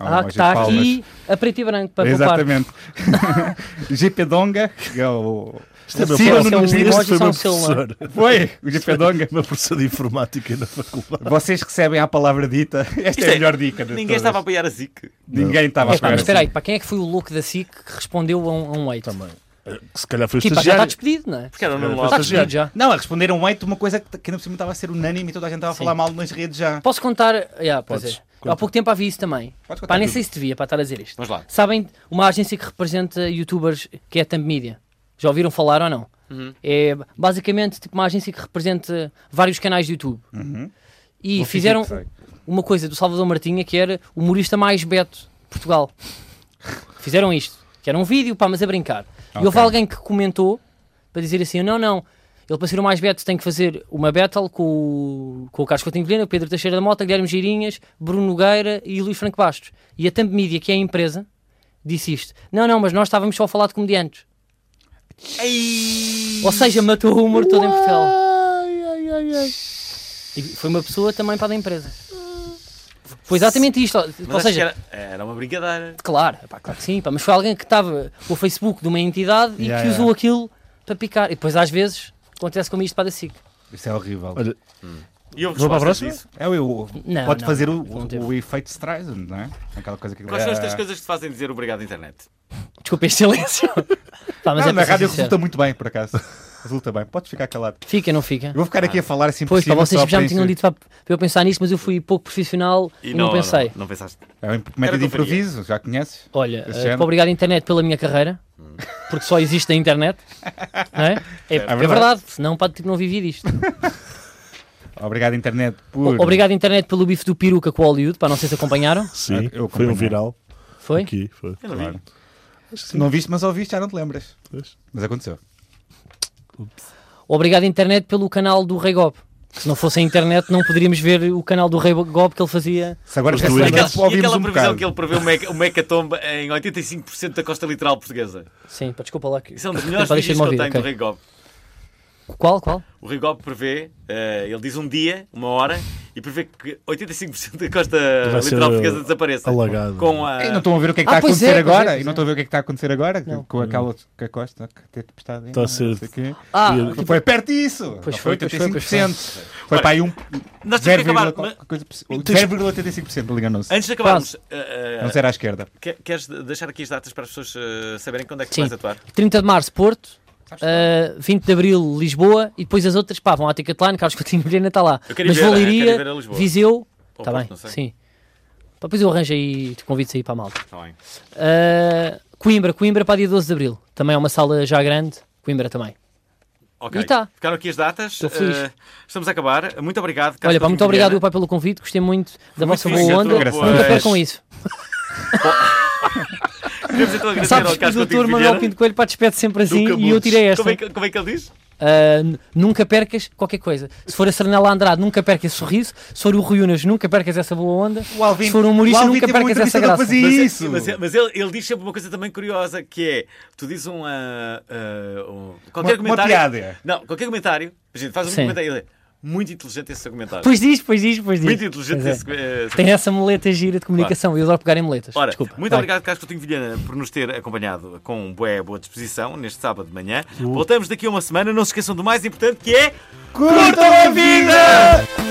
Há um Ah, emoji que de está palmas. aqui a preto e branco para poupar. Exatamente. GP Donga, que é o. Isto é meu Sim, próprio- isso é um este emoji, foi só meu um celular. professor. Foi! O GP Donga. Meu professor de informática na faculdade. Vocês recebem a palavra dita. Esta Isto é a é- melhor dica. de Ninguém todas. estava a apoiar a SIC. Ninguém estava a É, pá, esperar. mas espera aí, para quem é que foi o louco da SIC que respondeu a um, a um 8? Também. Eh, Se calhar foi o Tipo, já está estagiário. despedido, não é? Porque era o Nuno Está Lopes. Está despedido já. Não, a responder a um hate uma coisa que que ainda por cima estava a ser unânime e toda a gente estava a falar mal nas redes já. Posso contar? Yeah, pois Podes. é. Conta. Há pouco tempo havia isso também. Podes contar Pá, nem tudo. sei se devia para estar a dizer isto. Vamos lá. Sabem uma agência que representa youtubers que é a Thumb Media? Já ouviram falar ou não? Uhum. É basicamente tipo uma agência que representa vários canais de YouTube. E Vou fingir fizeram que sei. uma coisa do Salvador Martinha que era o humorista mais beto de Portugal. Fizeram isto, que era um vídeo, pá, mas a brincar. E houve Ok. alguém que comentou para dizer assim: não, não, ele para ser o mais beto tem que fazer uma battle com o, com o Carlos Coutinho Vilhena, o Pedro Teixeira da Mota, Guilherme Girinhas, Bruno Nogueira e Luís Franco Bastos. E a Tempo Media, que é a empresa, disse isto: não, não, mas nós estávamos só a falar de comediantes. Ou seja, matou o humor todo em Portugal. Ai, ai, ai, ai. E foi uma pessoa também para a da empresa. Foi exatamente isto. Mas Ou acho seja, que era, era uma brincadeira. Claro, pá, claro que sim, pá, mas foi alguém que estava com o Facebook de uma entidade e Yeah, que usou yeah. aquilo para picar. E depois, às vezes, acontece como isto para a SIC. Isso é horrível. Olha, E houve Vamos para a respostas próxima? disso. É o. Não, pode não, fazer não, o, não teve. o efeito Streisand, não é? Aquela coisa que. Ah, Quais são as três coisas que te fazem dizer obrigado, internet? Desculpa este silêncio. Pá, mas Não, é na para ser rádio sincero. resulta muito bem, por acaso. Resulta bem. Podes ficar calado. Fica, não fica? Eu vou ficar aqui a falar assim por Ah. Pois, pá, cima, vocês só já para me tinham isso- dito para para eu pensar nisso, mas eu fui pouco profissional e, não, pensei. Não, pensaste. É uma comédia Era de o que eu faria. improviso, já conheces? Olha, Esse eh, género. muito obrigado à internet pela minha carreira, porque só existe a internet. Não é? É, é verdade. verdade. senão pá, tipo, não vivi disto. Obrigado, internet, por. Obrigado à internet pelo bife do peruca com o Hollywood, para não sei se acompanharam. Sim, Ah, Eu foi um acompanhei. viral. Foi? Aqui, foi. Eu não vi. Não viste, mas ouviste, já não te lembras. Pois. Mas aconteceu. Obrigado, internet, pelo canal do Rei Gob. Que se não fosse a internet, não poderíamos ver o canal do Rei Gob que ele fazia. Se agora Mas tivesse tu Aquela- lembrado, e ouvimos aquela um previsão bocado. que ele prevê o meca- o mecatomba em 85% da costa litoral portuguesa. Sim, pá, desculpa lá. Que... Isso é um dos melhores Pá, vídeos Então deixa-me que eu tenho ouvir, do ok. Rei Gob. Qual, qual? O Rei Gob prevê, eh, ele diz um dia, uma hora, e prevê que 85% da costa Vai ser, litoral portuguesa eh, desapareça. alagado. Com a... E não estão a ver o que é que Ah, está a pois acontecer é, pois é, agora? pois E não é. estão a ver o que é que está a acontecer agora? Não. Com aquela que a Costa que ter postado aí, Está Tá a não ser- sei o quê. Ah, E- tipo, Foi perto disso! Pois Não foi foi, pois foi, 85%. pois Foi para aí um Nós temos que acabar. mas 0,85% liganou-se. Antes de acabarmos, eh, eh, Não ser à esquerda. que- queres deixar aqui as datas para as pessoas eh, saberem quando é que tu Sim. vais atuar? 30 de março, Porto. Sabes eh, 20 de abril, Lisboa. E depois as outras, pá, vão à Ticketline. Carlos Coutinho Vilhena está lá. Eu queria Mas ver, vou a eu quero Leiria, ver a Lisboa. Viseu. Ou Está Porto, bem, não sei. sim. Pá, depois eu arranjo aí, te convido aí para a malta. Está bem. Eh, Coimbra, Coimbra para dia 12 de abril. Também é uma sala já grande. Coimbra também. Ok. E tá. Ficaram aqui as datas. Estou feliz. Eh, estamos a acabar. Muito obrigado. Carlos Olha, pá, muito Coutinho obrigado, Vilhena. eu, pá, pelo convite. Gostei muito da muito vossa fixe, boa onda. eu tô- Não Pois. percam isso. Queremos então agradecer Sabes ao que o Carlos doutor Coutinho Manuel Vilhena. Pinto Coelho pá, despede sempre assim Nunca e eu mudes. tirei esta. Como é, que, como é que ele diz? Ah, n- nunca percas qualquer coisa. Se for a Serenela Andrade, nunca percas esse sorriso. Se for o Rui Unas, nunca percas essa boa onda. O Alvin- Se for um humorista, o Alvin nunca teve uma percas essa entrevista graça. que ele fazia. Mas- é, Isso. Mas, mas ele, ele diz sempre uma coisa também curiosa que é: tu dizes um. ah, ah, um- qualquer Uma- uma comentário. piada. Não, qualquer comentário. Imagina, faz um Sim. comentário. Ele, é, muito inteligente esse comentário. Pois diz, pois diz, pois diz. muito inteligente Pois é. esse, eh, Tem essa muleta gira de comunicação. Eu adoro pegar em muletas. Ora, Desculpa. muito Vai. obrigado, Carlos Coutinho Vilhena, por nos ter acompanhado com boa, boa disposição neste sábado de manhã. Voltamos daqui a uma semana. Não se esqueçam do mais importante que é. Curtam a vida!